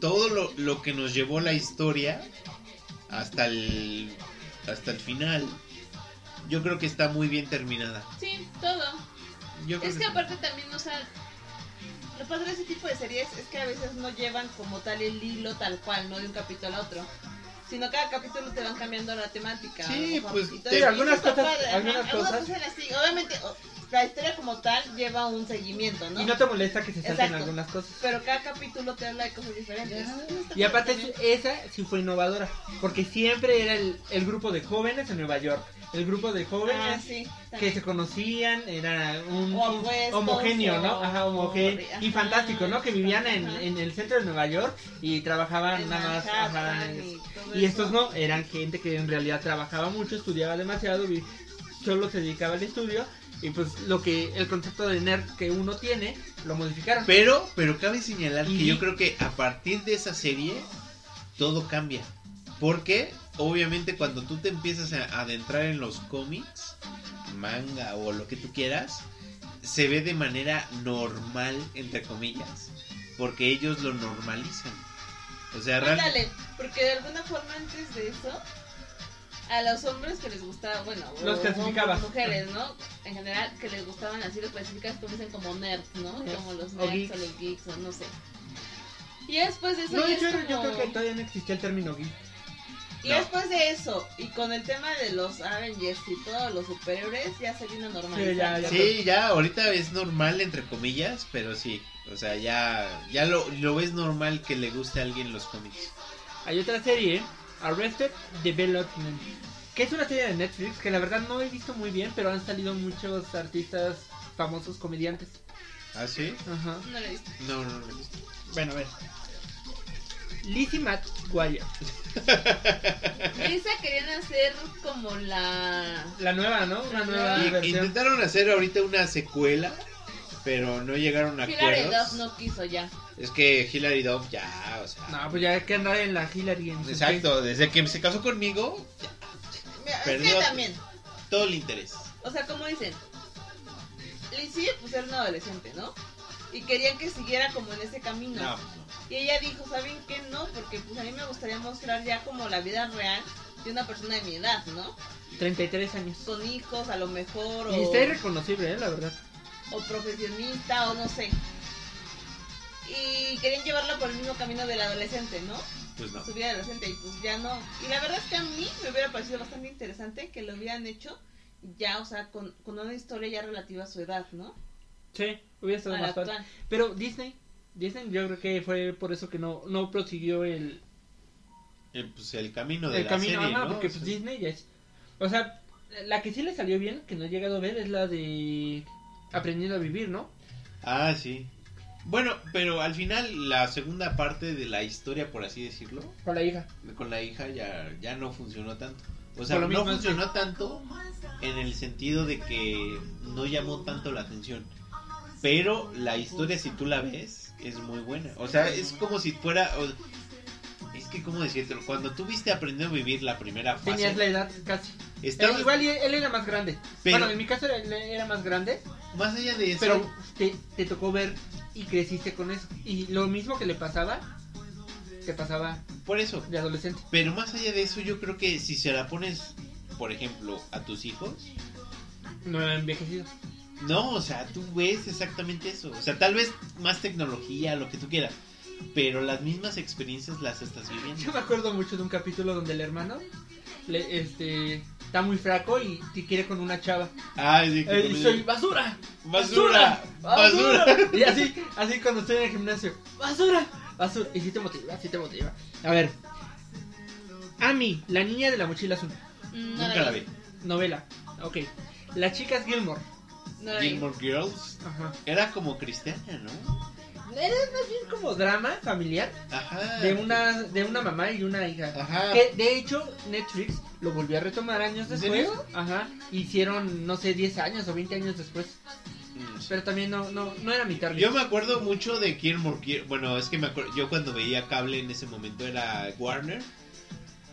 B: todo lo, lo que nos llevó la historia hasta el hasta el final, yo creo que está muy bien terminada.
A: Sí, todo.
B: Yo creo
A: Es que aparte también, o sea, lo padre de ese tipo de series es que a veces no llevan como tal el hilo tal cual, ¿no? De un capítulo a otro. Sino cada capítulo te van cambiando la temática.
B: Sí,
A: a lo mejor.
B: pues,
A: Entonces,
B: te-
A: eso
C: algunas
A: está
C: cosas-
A: padre, ajá.
C: algunas cosas-
A: eran así. Obviamente, o- la historia como tal lleva un seguimiento, ¿no?
C: Y no te molesta que se salten
A: Exacto.
C: algunas cosas.
A: Pero cada capítulo te habla de cosas diferentes. Ah,
C: Y aparte es- esa sí fue innovadora, porque siempre era el, el grupo de jóvenes en Nueva York, el grupo de jóvenes
A: Ah, sí,
C: que
A: también.
C: se conocían, era un,
A: O
C: un
A: opuestos,
C: homogéneo, ¿no?
A: o-
C: Ajá, homogéneo.
A: o-
C: Y fantástico, ¿no? Que vivían en,
A: Ajá.
C: en el centro de Nueva York y trabajaban
A: En
C: nada más.
A: Manhattan
C: ajá,
A: y todo
C: y estos
A: eso.
C: no, eran gente que en realidad trabajaba mucho, estudiaba demasiado, vi- solo se dedicaba al estudio. Y pues lo que el concepto de nerd que uno tiene, lo modificaron.
B: Pero, pero cabe señalar que
C: Y-
B: yo creo que a partir de esa serie todo cambia. Porque obviamente cuando tú te empiezas a adentrar en los cómics, manga o lo que tú quieras, se ve de manera normal, entre comillas. Porque ellos lo normalizan. O sea, real-
A: Ándale, porque de alguna forma antes de eso, a los hombres que les gustaba, bueno, o
C: Los clasificabas.
A: hombres, mujeres, ¿no? En general, que les gustaban así, los clasificas como dicen como nerds, ¿no?
C: Nerds,
A: Como los
C: o
A: nerds o,
C: geeks.
A: los geeks, o no sé. Y después de eso,
C: no,
A: ya
C: de
A: es
C: hecho, yo
A: como-
C: creo que todavía no existía el término geek.
A: y
B: No.
A: después de eso, y con el tema de los Avengers y todos los superhéroes, ya se vino normalizando.
C: Sí, ya, ya.
B: Sí, ya, ahorita es normal, entre comillas, pero sí. O sea, ya, ya lo, lo ves normal que le guste a alguien los cómics.
C: Hay otra serie, Arrested Development, que es una serie de Netflix que la verdad no he visto muy bien, pero han salido muchos artistas famosos comediantes.
B: ¿Ah, sí?
C: Ajá.
A: No lo he visto.
B: No, no, no.
C: Bueno, a ver. Lizzie McGuire,
A: Esa querían hacer como la.
C: la nueva, ¿no? Una nueva
A: Y-
B: Y-
C: Ah, versión.
B: Intentaron hacer ahorita una secuela pero no llegaron a
A: Hillary Duff
B: acuerdos.
A: no quiso ya.
B: Es que Hillary Duff ya, o sea.
C: No, pues ya hay que andar en la Hillary. en su
B: Exacto, desde que se casó conmigo, ya,
A: Mira, es
B: Perdió.
A: que también,
B: todo el interés.
A: o sea, como dicen, Lizzie pues era una adolescente, ¿no? Y querían que siguiera como en ese camino.
B: No, pues no.
A: Y ella dijo, ¿saben qué? No, porque pues a mí me gustaría mostrar ya como la vida real de una persona de mi edad, ¿no?
C: 33 años.
A: Con hijos a lo mejor,
C: Y
A: o,
C: está irreconocible, eh, la verdad.
A: o profesionista, o no sé. Y querían llevarla por el mismo camino del adolescente, ¿no?
B: Pues no.
A: su vida adolescente y pues ya no. Y la verdad es que a mí me hubiera parecido bastante interesante que lo hubieran hecho ya, o sea, con, con una historia ya relativa a su edad, ¿no?
C: Sí, hubiera
A: A
C: estado
A: la
C: más fácil.
A: actual.
C: Pero Disney, Disney yo creo que fue por eso que no, no prosiguió el,
B: Eh, pues el camino de
C: el
B: la
C: camino.
B: serie,
C: ajá,
B: ¿no?
C: porque
B: O sea,
C: pues Disney ya es... O sea, la que sí le salió bien, que no he llegado a ver, es la de Aprendiendo a Vivir, ¿no?
B: Ah, sí. Bueno, pero al final la segunda parte de la historia, por así decirlo,
C: Con la hija.
B: con la hija ya, ya no funcionó tanto. O sea,
C: Por lo
B: no
C: mismo,
B: funcionó tanto en el sentido de que no llamó tanto la atención. Pero la historia, si tú la ves, es muy buena. O sea, es como si fuera... o- es que, ¿cómo decirte? Cuando tú viste Aprender a Vivir la primera fase...
C: Tenías la edad casi.
B: estabas-
C: Eh, igual y él era más grande.
B: Pero-
C: Bueno, en mi caso él era más grande,
B: Más allá de eso...
C: pero te, te tocó ver y creciste con eso. Y lo mismo que le pasaba, te pasaba
B: por eso,
C: de adolescente.
B: Pero más allá de eso, yo creo que si se la pones, por ejemplo, a tus hijos,
C: No era envejecido.
B: no, o sea, tú ves exactamente eso. O sea, tal vez más tecnología, lo que tú quieras, pero las mismas experiencias las estás
C: Yo
B: viviendo.
C: me acuerdo mucho de un capítulo donde el hermano le, este, está muy fraco y te quiere con una chava.
B: Ay, sí, que
C: Eh, y
B: comienza-
C: soy basura,
B: basura, basura.
C: Y así, así cuando estoy en el gimnasio, basura, basura. Y si te motiva, si te motiva. A ver, Ami, la niña de la mochila azul,
A: Mm, No
B: Nunca la
A: vi.
B: vi.
C: novela. Ok, las chicas Gilmore.
A: No la vi.
B: Gilmore Girls
C: Ajá.
B: era como cristiana, ¿no?
C: Era más bien como drama familiar
B: Ajá.
C: de una, de una mamá y una hija.
B: Ajá.
C: Que de hecho Netflix lo volvió a retomar años
B: ¿En
C: después.
B: serio?
C: Ajá. Hicieron, no sé, 10 años o 20 años después.
B: No sé.
C: Pero también no, no, no era mi target.
B: Yo me acuerdo mucho de Gilmore Girls. Bueno, es que me acuerdo. Yo cuando veía cable en ese momento era Warner.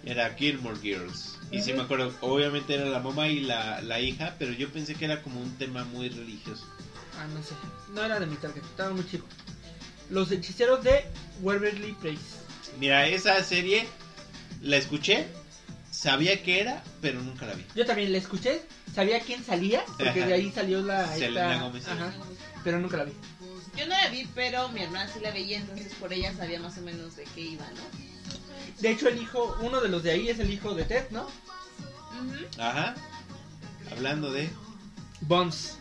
B: Era Gilmore Girls. Y sí
C: Ujú.
B: me acuerdo. Obviamente era la mamá y la, la hija. Pero yo pensé que era como un tema muy religioso.
C: Ah, no sé. No era de mi target, estaba muy chico. Los hechiceros de Waverly Place.
B: Mira, esa serie la escuché. Sabía que era, pero nunca la vi.
C: Yo también la escuché, sabía quién salía, porque
B: Ajá.
C: de ahí salió la...
B: Selena
C: esta-
B: Gómez.
C: Ajá, pero nunca la vi.
A: Yo no la vi, pero mi hermana sí la veía, entonces por ella sabía más o menos de qué iba, ¿no?
C: De hecho, el hijo, uno de los de ahí es el hijo de Ted, ¿no?
A: Ujú.
B: Ajá. Hablando de.
C: Bones.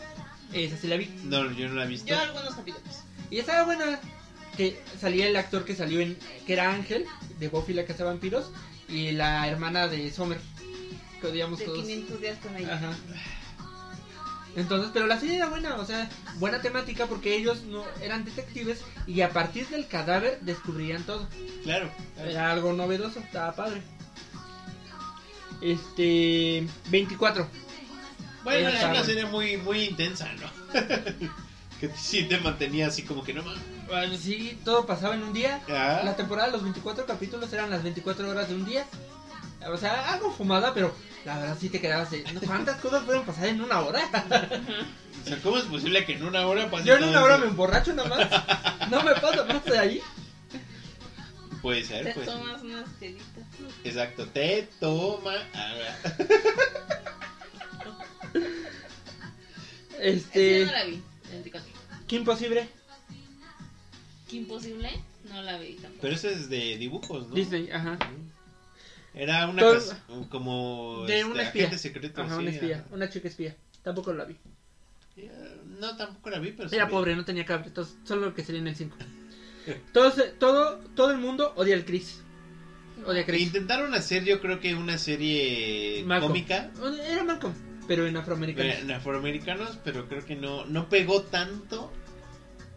C: Esa sí la vi.
B: No, yo no la he visto.
A: Yo algunos capítulos.
C: Y estaba buena que salía el actor que salió en que era Ángel de Buffy la casa de vampiros y la hermana de Summer que odiamos
A: De
C: todos.
A: 500 días con ella.
C: Ajá. Entonces, pero la serie era buena, o sea, buena temática porque ellos no eran detectives y a partir del cadáver descubrían todo.
B: Claro.
C: Era algo novedoso, estaba padre. Este 24.
B: Bueno,
C: Era
B: es una
C: Warner.
B: serie muy, muy intensa, ¿no? que sí te mantenía así como que no más.
C: Bueno, sí, todo pasaba en un día. La temporada, los 24 capítulos eran las 24 horas de un día. O sea, algo fumada, pero la verdad sí te quedabas de. "No, ¿Cuántas cosas pueden pasar en una hora?
B: O sea, ¿cómo es posible que en una hora pase
C: Yo en
B: todo
C: una hora
B: eso?
C: me emborracho nada más. No me pasa más de ahí.
B: Puede ser,
A: Te
B: pues.
A: tomas unas telitas.
B: Exacto, te toma. Ah, a ver.
A: Esa
C: Este.
A: yo no la vi, 24.
C: ¿Qué imposible?
A: ¿Qué imposible? No la vi tampoco.
B: Pero eso es de dibujos, ¿no?
C: Disney, ajá.
B: Era una
C: Todo-
B: cas- como este,
C: De una espía.
B: agente secreto.
C: Ajá,
B: Pues sí,
C: una espía,
B: ajá.
C: una chica espía. Tampoco la vi.
B: Eh, No, tampoco la vi, pero sí
C: Era
B: vi.
C: pobre, no tenía cabritos, solo lo que sería en el 5. Todo, se- todo, todo el mundo odia al Chris. Odia a
B: Que
C: Chris.
B: Intentaron hacer, yo creo que una serie
C: Malcolm.
B: cómica eh,
C: Era Malcolm, pero en afroamericano.
B: en afroamericanos, pero creo que no no pegó tanto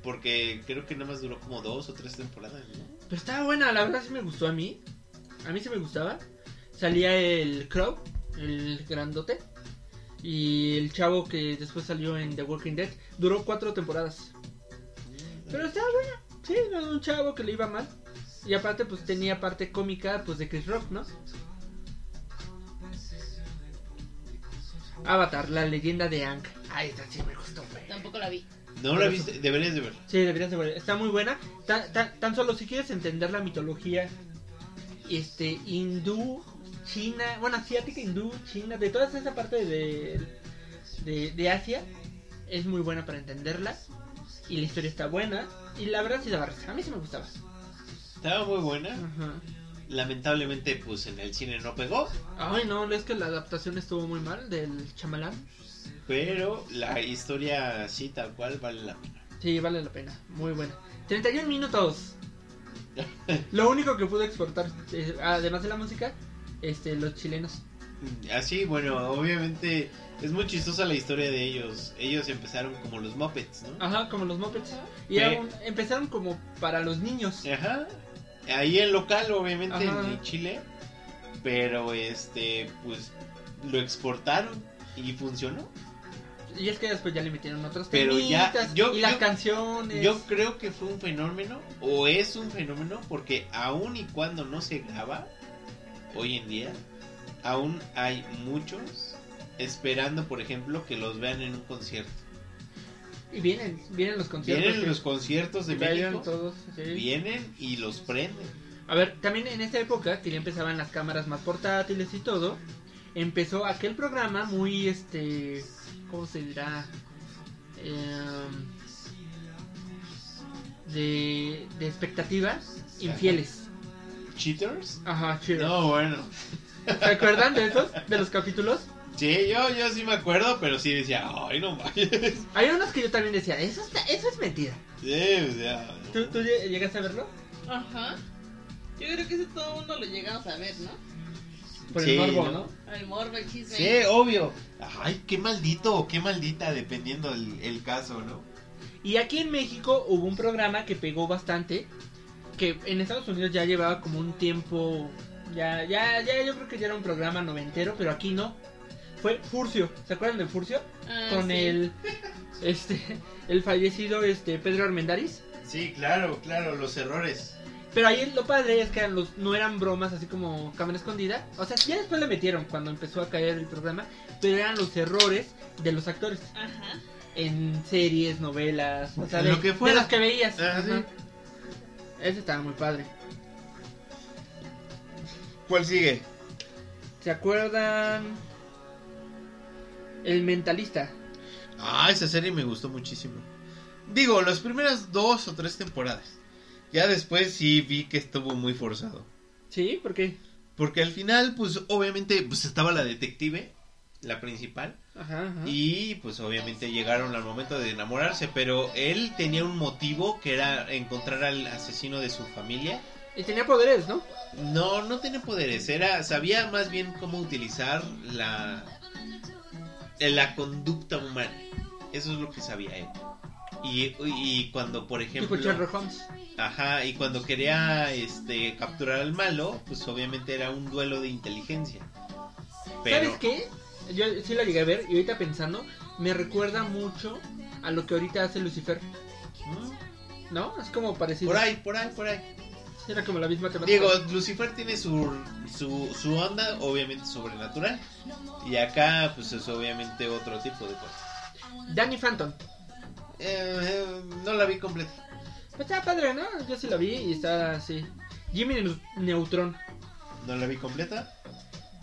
B: porque creo que nada más duró como dos o tres temporadas, ¿no?
C: Pero Pues estaba buena, la verdad sí me gustó a mí. A mí sí me gustaba. Salía el Crow, el grandote. Y el chavo que después salió en The Walking Dead duró cuatro temporadas. Pero estaba buena. Sí, era un chavo que le iba mal. Y aparte, pues tenía parte cómica pues de Chris Rock, ¿no? Avatar, la leyenda de Ang. Ay, esta sí me gustó, güey.
D: Tampoco la vi.
B: No la viste, deberías de ver.
C: Sí, deberías de ver. Está muy buena. Tan, tan- tan solo si quieres entender la mitología este hindú, china, bueno, asiática, hindú, china, de toda esa parte de, de, de Asia, es muy buena para entenderla. Y la historia está buena. Y la verdad sí la barres. A mí sí me gustaba.
B: Estaba muy buena.
C: Ajá.
B: Lamentablemente, pues en el cine no pegó.
C: Ay, no, es que la adaptación estuvo muy mal del chamalán.
B: Pero la historia, sí, tal cual, vale la pena.
C: Sí, vale la pena. Muy buena. 31 minutos. Lo único que pude exportar, eh, además de la música, este, los chilenos.
B: Así, bueno, obviamente es muy chistosa la historia de ellos. Ellos empezaron como los Muppets, ¿no?
C: Ajá, como los Muppets. Y
B: Sí.
C: aún empezaron como para los niños.
B: Ajá. Ahí en local, obviamente,
C: Ajá.
B: en Chile. Pero este, pues lo exportaron y funcionó.
C: Y es que después ya le metieron otros
B: Pero ya,
C: temitas,
B: yo-
C: y las
B: yo-
C: canciones.
B: Yo creo que fue un fenómeno, o es un fenómeno, porque aún y cuando no se graba, hoy en día, aún hay muchos esperando, por ejemplo, que los vean en un concierto.
C: Y vienen, vienen los conciertos.
B: Vienen
C: que-
B: los conciertos de
C: que bailan
B: México,
C: todos, sí.
B: vienen y los prenden.
C: A ver, también en esta época que ya empezaban las cámaras más portátiles y todo, empezó aquel programa muy, este, ¿cómo se dirá? Em, de, de expectativas infieles.
B: ¿Cheaters?
C: Ajá, chido.
B: No, bueno.
C: ¿Se acuerdan de esos? De los capítulos.
B: Sí, yo, yo sí me acuerdo, pero sí decía, ay, no mames.
C: Hay unos que yo también decía, eso, está- eso es mentira.
B: Sí, o sea,
C: ¿Tú, tú lle- llegaste a verlo?
A: Ajá. Yo creo que eso todo el mundo lo llegamos a ver, ¿no?
C: Por
B: Sí,
C: el morbo,
B: ¿no?
C: ¿no?
A: El morbo, el chisme.
B: Sí, obvio. Ay, qué maldito o qué maldita, dependiendo el, el caso, ¿no?
C: Y aquí en México hubo un programa que pegó bastante, que en Estados Unidos ya llevaba como un tiempo, ya, ya, ya, yo creo que ya era un programa noventero, pero aquí no. Fue Furcio, ¿se acuerdan de Furcio?
A: Ah,
C: Con
A: sí.
C: el, este, el fallecido, este, Pedro Armendáriz.
B: Sí, claro, claro, los errores.
C: Pero ahí lo padre es que eran los, no eran bromas así como cámara escondida. O sea, ya después le metieron cuando empezó a caer el programa. Pero eran los errores de los actores
A: Ajá.
C: en series, novelas, o sea, de,
B: Lo que
C: de
B: fuera.
C: los que veías.
B: Ah, sí.
C: Ajá. Ese estaba muy padre.
B: ¿Cuál sigue?
C: ¿Se acuerdan? El mentalista.
B: Ah, esa serie me gustó muchísimo. Digo, las primeras dos o tres temporadas. Ya después sí vi que estuvo muy forzado.
C: Sí, porque.
B: Porque al final, pues obviamente, pues estaba la detective, la principal.
C: Ajá, ajá.
B: Y pues obviamente llegaron al momento de enamorarse. Pero él tenía un motivo que era encontrar al asesino de su familia.
C: Y tenía poderes, ¿no?
B: No, no tenía poderes. Era, sabía más bien cómo utilizar la, la conducta humana. Eso es lo que sabía él. Y, y cuando, por
C: Tipo
B: ejemplo,
C: Sherlock Holmes.
B: ajá, y cuando quería este capturar al malo, pues obviamente era un duelo de inteligencia. Pero
C: ¿Sabes qué? Yo sí la llegué a ver y ahorita pensando, me recuerda mucho a lo que ahorita hace Lucifer.
B: mm,
C: ¿No? Es como parecido.
B: por ahí, por ahí, por ahí.
C: Sí, Era como la misma temática.
B: Digo, Lucifer tiene su, su, su onda, obviamente sobrenatural. Y acá, pues es obviamente otro tipo de cosas.
C: Danny Phantom.
B: Eh, eh, no la vi completa.
C: Pues Está padre, ¿no? Yo sí la vi y está así. Jimmy Neu- Neutron.
B: No la vi completa.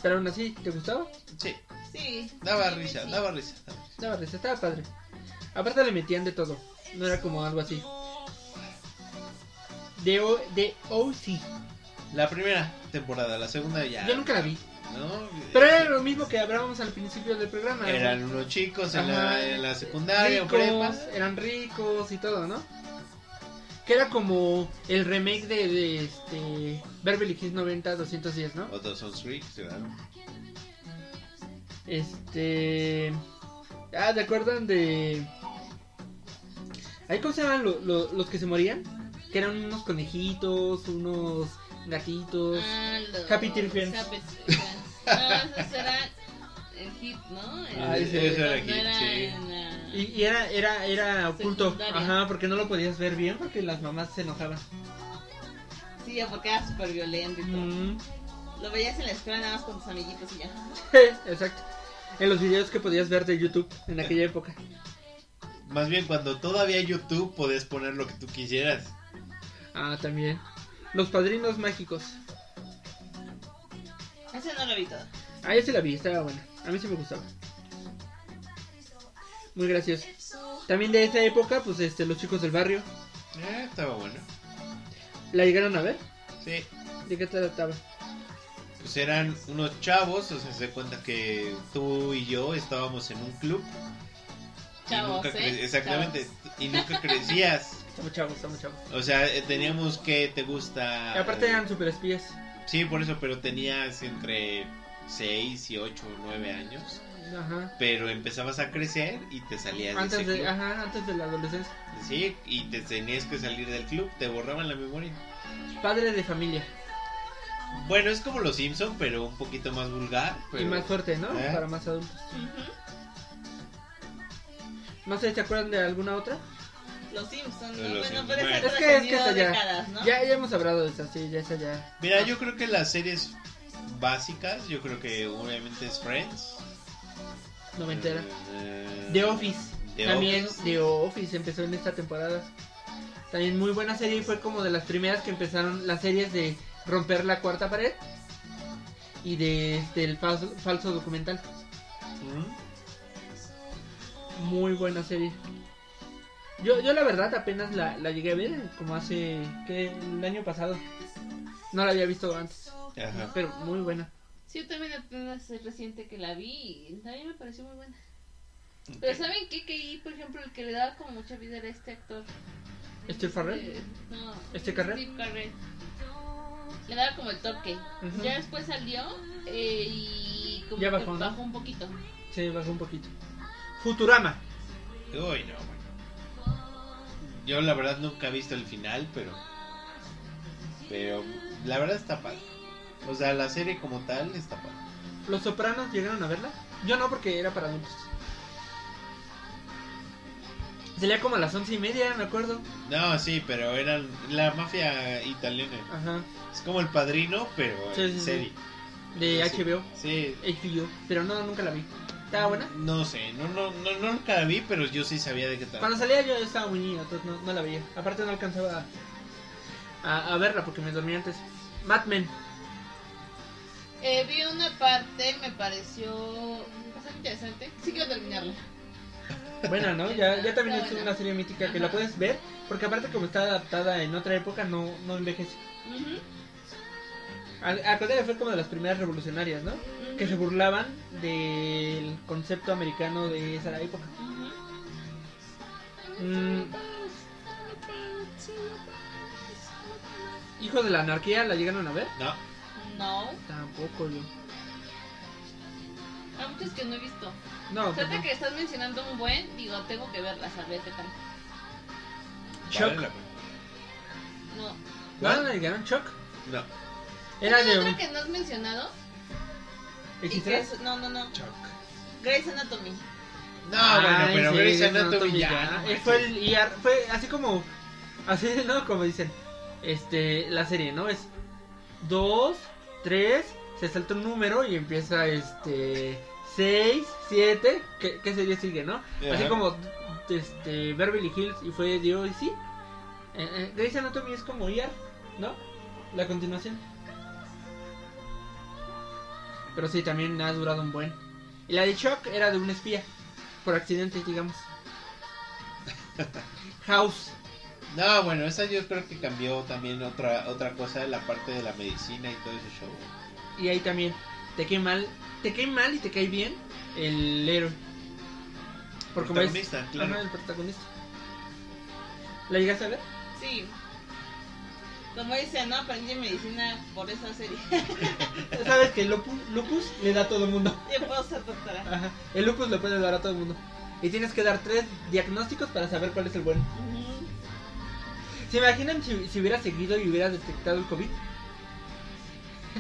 C: Pero aún así, ¿te gustaba?
B: Sí,
A: Sí.
B: daba
A: Sí,
B: risa,
A: sí.
B: daba risa. daba risa.
C: Estaba, risa, pues, estaba padre. Aparte le metían de todo. No era como algo así. De, o, de OC.
B: La primera temporada, la segunda ya.
C: Yo nunca la vi.
B: No,
C: Pero
B: eh,
C: era lo mismo que hablábamos al principio del programa.
B: Eran unos chicos en
C: Ajá.
B: la, en la secundaria o prepa.
C: ricos, eran ricos y todo, ¿no? Que era como el remake de, de este Beverly Hills 90 210, ¿no?
B: Otros son freaks, claro.
C: Este. Ah, ¿te acuerdan de.? ¿Ahí cómo se llaman lo- lo- los que se morían? Que eran unos conejitos, unos gatitos.
A: Ah, los-
C: Happy Tree Friends.
A: Happy Tree Friends. Ah, esos eran. hit, ¿no?
C: Ah, ese-
A: cuando
B: ese era hit,
A: era
B: sí.
A: en la-
C: Y, y era, era, era oculto.
A: Secundaria.
C: Ajá, porque no lo podías ver bien porque las mamás se enojaban.
A: Sí, porque era súper violento y todo.
C: Mm,
A: Lo veías en la escuela nada más con tus amiguitos y ya.
C: Exacto. En los videos que podías ver de YouTube en aquella época.
B: Más bien cuando todavía YouTube podías poner lo que tú quisieras.
C: Ah, también. Los padrinos mágicos.
A: Ese no lo vi todo.
C: Ah, yo sí la vi, estaba buena. A mí sí me gustaba. Muy gracioso. También de esa época, pues este, los chicos del barrio.
B: Eh, estaba bueno.
C: ¿La llegaron a ver?
B: Sí.
C: ¿De qué trataba?
B: Pues eran unos chavos, o sea, se cuenta que tú y yo estábamos en un club. y
A: Chavos,
B: nunca
A: ¿eh?
B: cre- Exactamente. Y nunca crecías.
C: Estamos chavos, estamos chavos.
B: O sea, eh, teníamos que te gusta.
C: Y aparte
B: eh,
C: eran super espías.
B: Sí, por eso, pero tenías entre 6 y 8 o 9 años.
C: Ajá.
B: Pero empezabas a crecer y te salías de
C: Antes
B: ese
C: de,
B: club.
C: ajá, antes de la adolescencia.
B: Sí, y te tenías que salir del club, te borraban la memoria.
C: Padre de familia.
B: Bueno, es como los Simpson, pero un poquito más vulgar.
C: Y
B: pero-
C: más fuerte, ¿no?
B: ¿Eh?
C: Para más adultos. No sé, ¿se acuerdan de alguna otra?
A: Los Simpsons,
B: Eh, Los
A: ¿no? Bueno,
B: Simpsons.
A: pero esa
B: Bueno.
A: es
C: Es que- es que
A: que
C: esa ya-
A: décadas, ¿no?
C: Ya, ya hemos hablado de esa, sí, ya esa ya.
B: Mira, yo creo que las series básicas, yo creo que obviamente es Friends.
C: Noventera.
B: Eh,
C: The Office.
B: The
C: También
B: Office.
C: The Office empezó en esta temporada. También muy buena serie y fue como de las primeras que empezaron las series de romper la cuarta pared y de este, el falso, falso documental.
B: Mm,
C: Muy buena serie. Yo, yo la verdad apenas la, la llegué a ver como hace ¿qué? el año pasado. No la había visto antes,
B: Ajá.
C: pero muy buena.
A: Sí, yo también apenas es reciente que la vi y también me pareció muy buena. Pero ¿saben qué? Que ahí, por ejemplo, el que le daba como mucha vida era este actor.
C: ¿Steve Farrell?
A: Eh, No.
C: ¿Este Carrell?
A: Steve Carrell. Le daba como el toque.
C: Ujú.
A: Ya después salió eh, y como
C: Ya
A: que
C: bajó, ¿no?
A: bajó un poquito.
C: Se bajó un poquito. Futurama.
B: Uy, no, bueno. Yo la verdad nunca he visto el final, pero. Pero la verdad está padre. O sea, la serie como tal está padre.
C: ¿Los Sopranos llegaron a verla? Yo no, porque era para adultos. Salía como a las once y media, me acuerdo.
B: No, sí, pero eran la mafia italiana.
C: Ajá.
B: Es como el padrino, pero
C: Sí,
B: en
C: sí, sí.
B: serie.
C: De
B: Sí.
C: HBO.
B: Sí.
C: HBO. Pero no, nunca la vi. ¿Estaba buena?
B: No sé, no, no, no, nunca la vi, pero yo sí sabía de qué tal.
C: Cuando salía yo estaba muy niño, entonces no, no la veía. Aparte no alcanzaba a, a verla porque me dormía antes. Mad Men.
A: Eh, vi una parte, me pareció bastante interesante. Sí quiero terminarla.
C: Buena, ¿no? Ya, ya también
A: Está
C: es
A: buena.
C: una serie mítica que la puedes ver. Porque aparte como está adaptada en otra época, no, no envejece.
A: Ujú,
C: Al, al contrario, fue como de las primeras revolucionarias, ¿no?
A: ujú,
C: que se burlaban del concepto americano de esa época.
A: ujú.
C: Mm. Hijos de la anarquía, ¿la llegaron a ver?
B: No,
A: No,
C: Tampoco yo.
A: hay muchas que no he visto.
C: No, pues
A: Trata
C: no.
A: que estás mencionando un buen, digo, tengo que verlas, a ver qué tal.
C: Shock.
B: vale la pena.
A: No.
C: ¿No la llegaron? ¿Shock?
B: No,
C: Era de
A: ¿Hay otra
C: un...
A: que no has mencionado? Y que
C: ¿Extras?
A: es- No, no, no.
B: Chuck.
A: Grey's Anatomy.
B: No, bueno, pero Grey's Anatomy ya, no
C: Eh,
B: manches.
C: Fue el IR, fue así como... Así, ¿no? Como dicen. Este, la serie, ¿no? Es dos, tres, se salta un número y empieza este... Seis, siete, ¿qué, qué serie sigue, no? Así
B: Ajá.
C: como este, Beverly Hills y fue de hoy, sí. Eh, eh, Grey's Anatomy es como IR, ¿no? La continuación. Pero sí, también ha durado un buen. Y la de Shock era de un espía. Por accidente, digamos. House.
B: No, bueno, esa yo creo que cambió también otra otra cosa, la parte de la medicina y todo ese show.
C: Y ahí también. Te cae mal. Te cae mal y te cae bien el héroe. Por como es.
B: Protagonista,
C: Ajá,
B: claro.
C: el protagonista. ¿La llegaste a ver?
A: Sí. Como dicen, ¿no? Aprendí medicina por esa serie.
C: Sabes que lupus, lupus le da a todo el mundo.
A: Yo puedo ser doctora.
C: Ajá. El lupus lo puedes dar a todo el mundo. Y tienes que dar tres diagnósticos para saber cuál es el bueno.
A: Ujú.
C: ¿Se imaginan si, si hubieras seguido y hubieras detectado el COVID?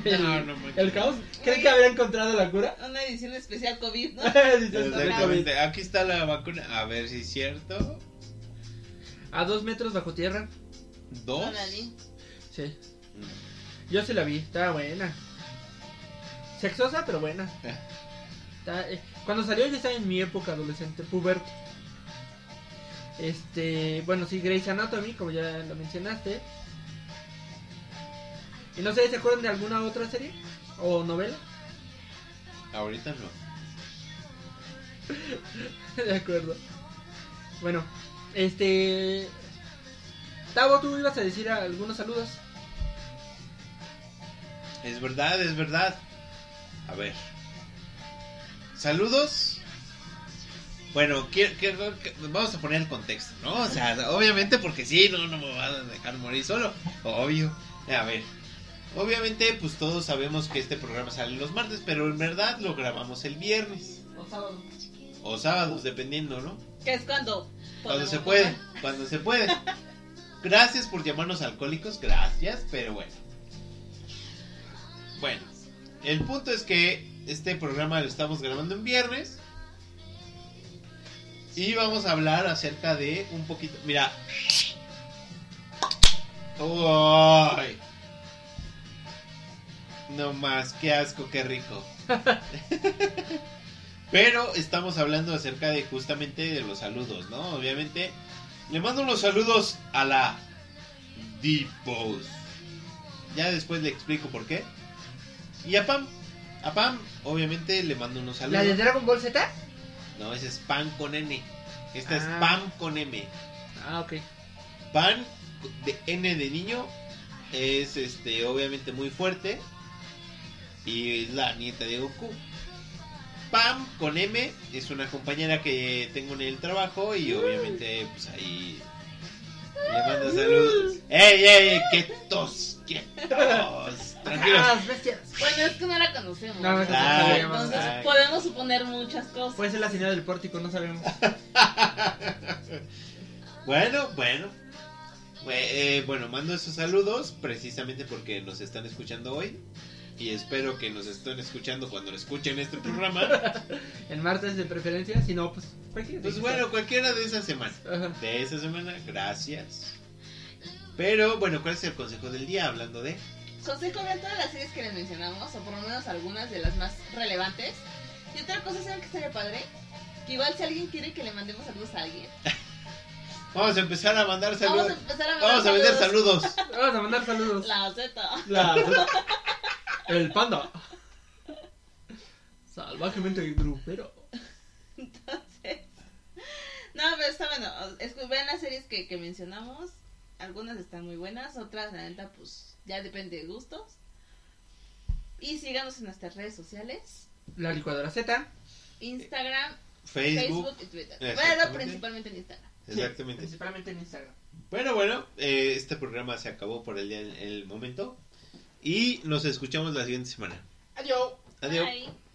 C: el,
B: No, no, pues.
C: el caos. ¿Creen que habría encontrado la cura?
A: Una edición especial COVID, ¿no?
C: Dices, no mames.
B: Exactamente. Aquí está la vacuna. A ver si es cierto.
C: A dos metros bajo tierra.
B: Dos. Mm,
A: Órale.
C: Sí. Yo sí la vi, estaba buena. Sexosa, pero buena. Está- eh, cuando salió yo estaba en mi época adolescente, puberto. Este, bueno, sí, Grey's Anatomy, como ya lo mencionaste. Y no sé, ¿se acuerdan de alguna otra serie? ¿O novela?
B: Ahorita no.
C: de acuerdo. Bueno, este... Tavo, tú ibas a decir algunos saludos.
B: Es verdad, es verdad. A ver. Saludos. Bueno, quiero- quiero- vamos a poner el contexto, ¿no? O sea, obviamente porque sí, no, no me van a dejar morir solo. Obvio. A ver. Obviamente, pues todos sabemos que este programa sale los martes, pero en verdad lo grabamos el viernes. O sábados, dependiendo, ¿no?
A: Que es cuando.
B: Cuando
A: podemos
B: se puede,
A: tomar.
B: cuando se puede. Gracias por llamarnos alcohólicos, gracias, pero bueno. Bueno, el punto es que este programa lo estamos grabando en viernes. Y vamos a hablar acerca de un poquito. Mira. Uy. No más, qué asco, qué rico. Pero estamos hablando acerca de justamente de los saludos, ¿no? Obviamente, le mando unos saludos a la Dipos. Ya después le explico por qué. Y a Pam. A Pam, obviamente, le mando unos
C: ¿La
B: saludos.
C: de Dragon Ball Z?
B: No, ese es pan con N. Esta es
C: Ah.
B: Pam con M.
C: Ah, ok.
B: Pan de N de niño es este obviamente muy fuerte y es la nieta de Goku. Pam con M es una compañera que tengo en el trabajo y obviamente pues ahí le mando saludos. ¡Ey, ey, qué tos! ¡Qué tos! Tranquilos.
C: Ah, bestias.
A: Bueno, es que no la conocemos.
C: No, no,
A: Entonces,
B: Ah,
A: entonces
B: ah.
A: podemos suponer muchas cosas.
C: Puede ser la señal del pórtico, no sabemos.
B: Bueno, bueno. Eh, eh, bueno, mando esos saludos precisamente porque nos están escuchando hoy. Y espero que nos estén escuchando cuando lo escuchen este programa.
C: El martes de preferencia, si no, pues cualquier
B: Pues
C: día.
B: bueno, cualquiera de esa semana.
C: Ajá.
B: De esa semana, gracias. Pero bueno, ¿cuál es el consejo del día hablando de?
A: Consejo vean todas las series que les mencionamos, o por lo menos algunas de las más relevantes. Y otra cosa, ¿saben que estaría padre? Que igual si alguien quiere que le mandemos saludos a alguien,
B: Vamos a empezar a mandar
A: vamos a
B: saludos.
A: empezar a mandar
B: Vamos a vender saludos.
C: Vamos a mandar saludos.
A: La Z.
C: La- El panda. Salvajemente grupero.
A: No, pero está bueno. escu- Vean las series que, que mencionamos. Algunas están muy buenas, otras, la neta, pues ya depende de gustos. Y síganos en nuestras redes sociales:
C: La licuadora Z.
A: Instagram,
B: Facebook.
A: Facebook, y Twitter. Bueno,
B: Exactamente.
A: principalmente en Instagram.
B: Exactamente.
C: Principalmente en Instagram.
B: Bueno, bueno, eh, este programa se acabó por el día, el momento. Y nos escuchamos la siguiente semana.
C: Adiós.
B: Adiós.
A: Bye.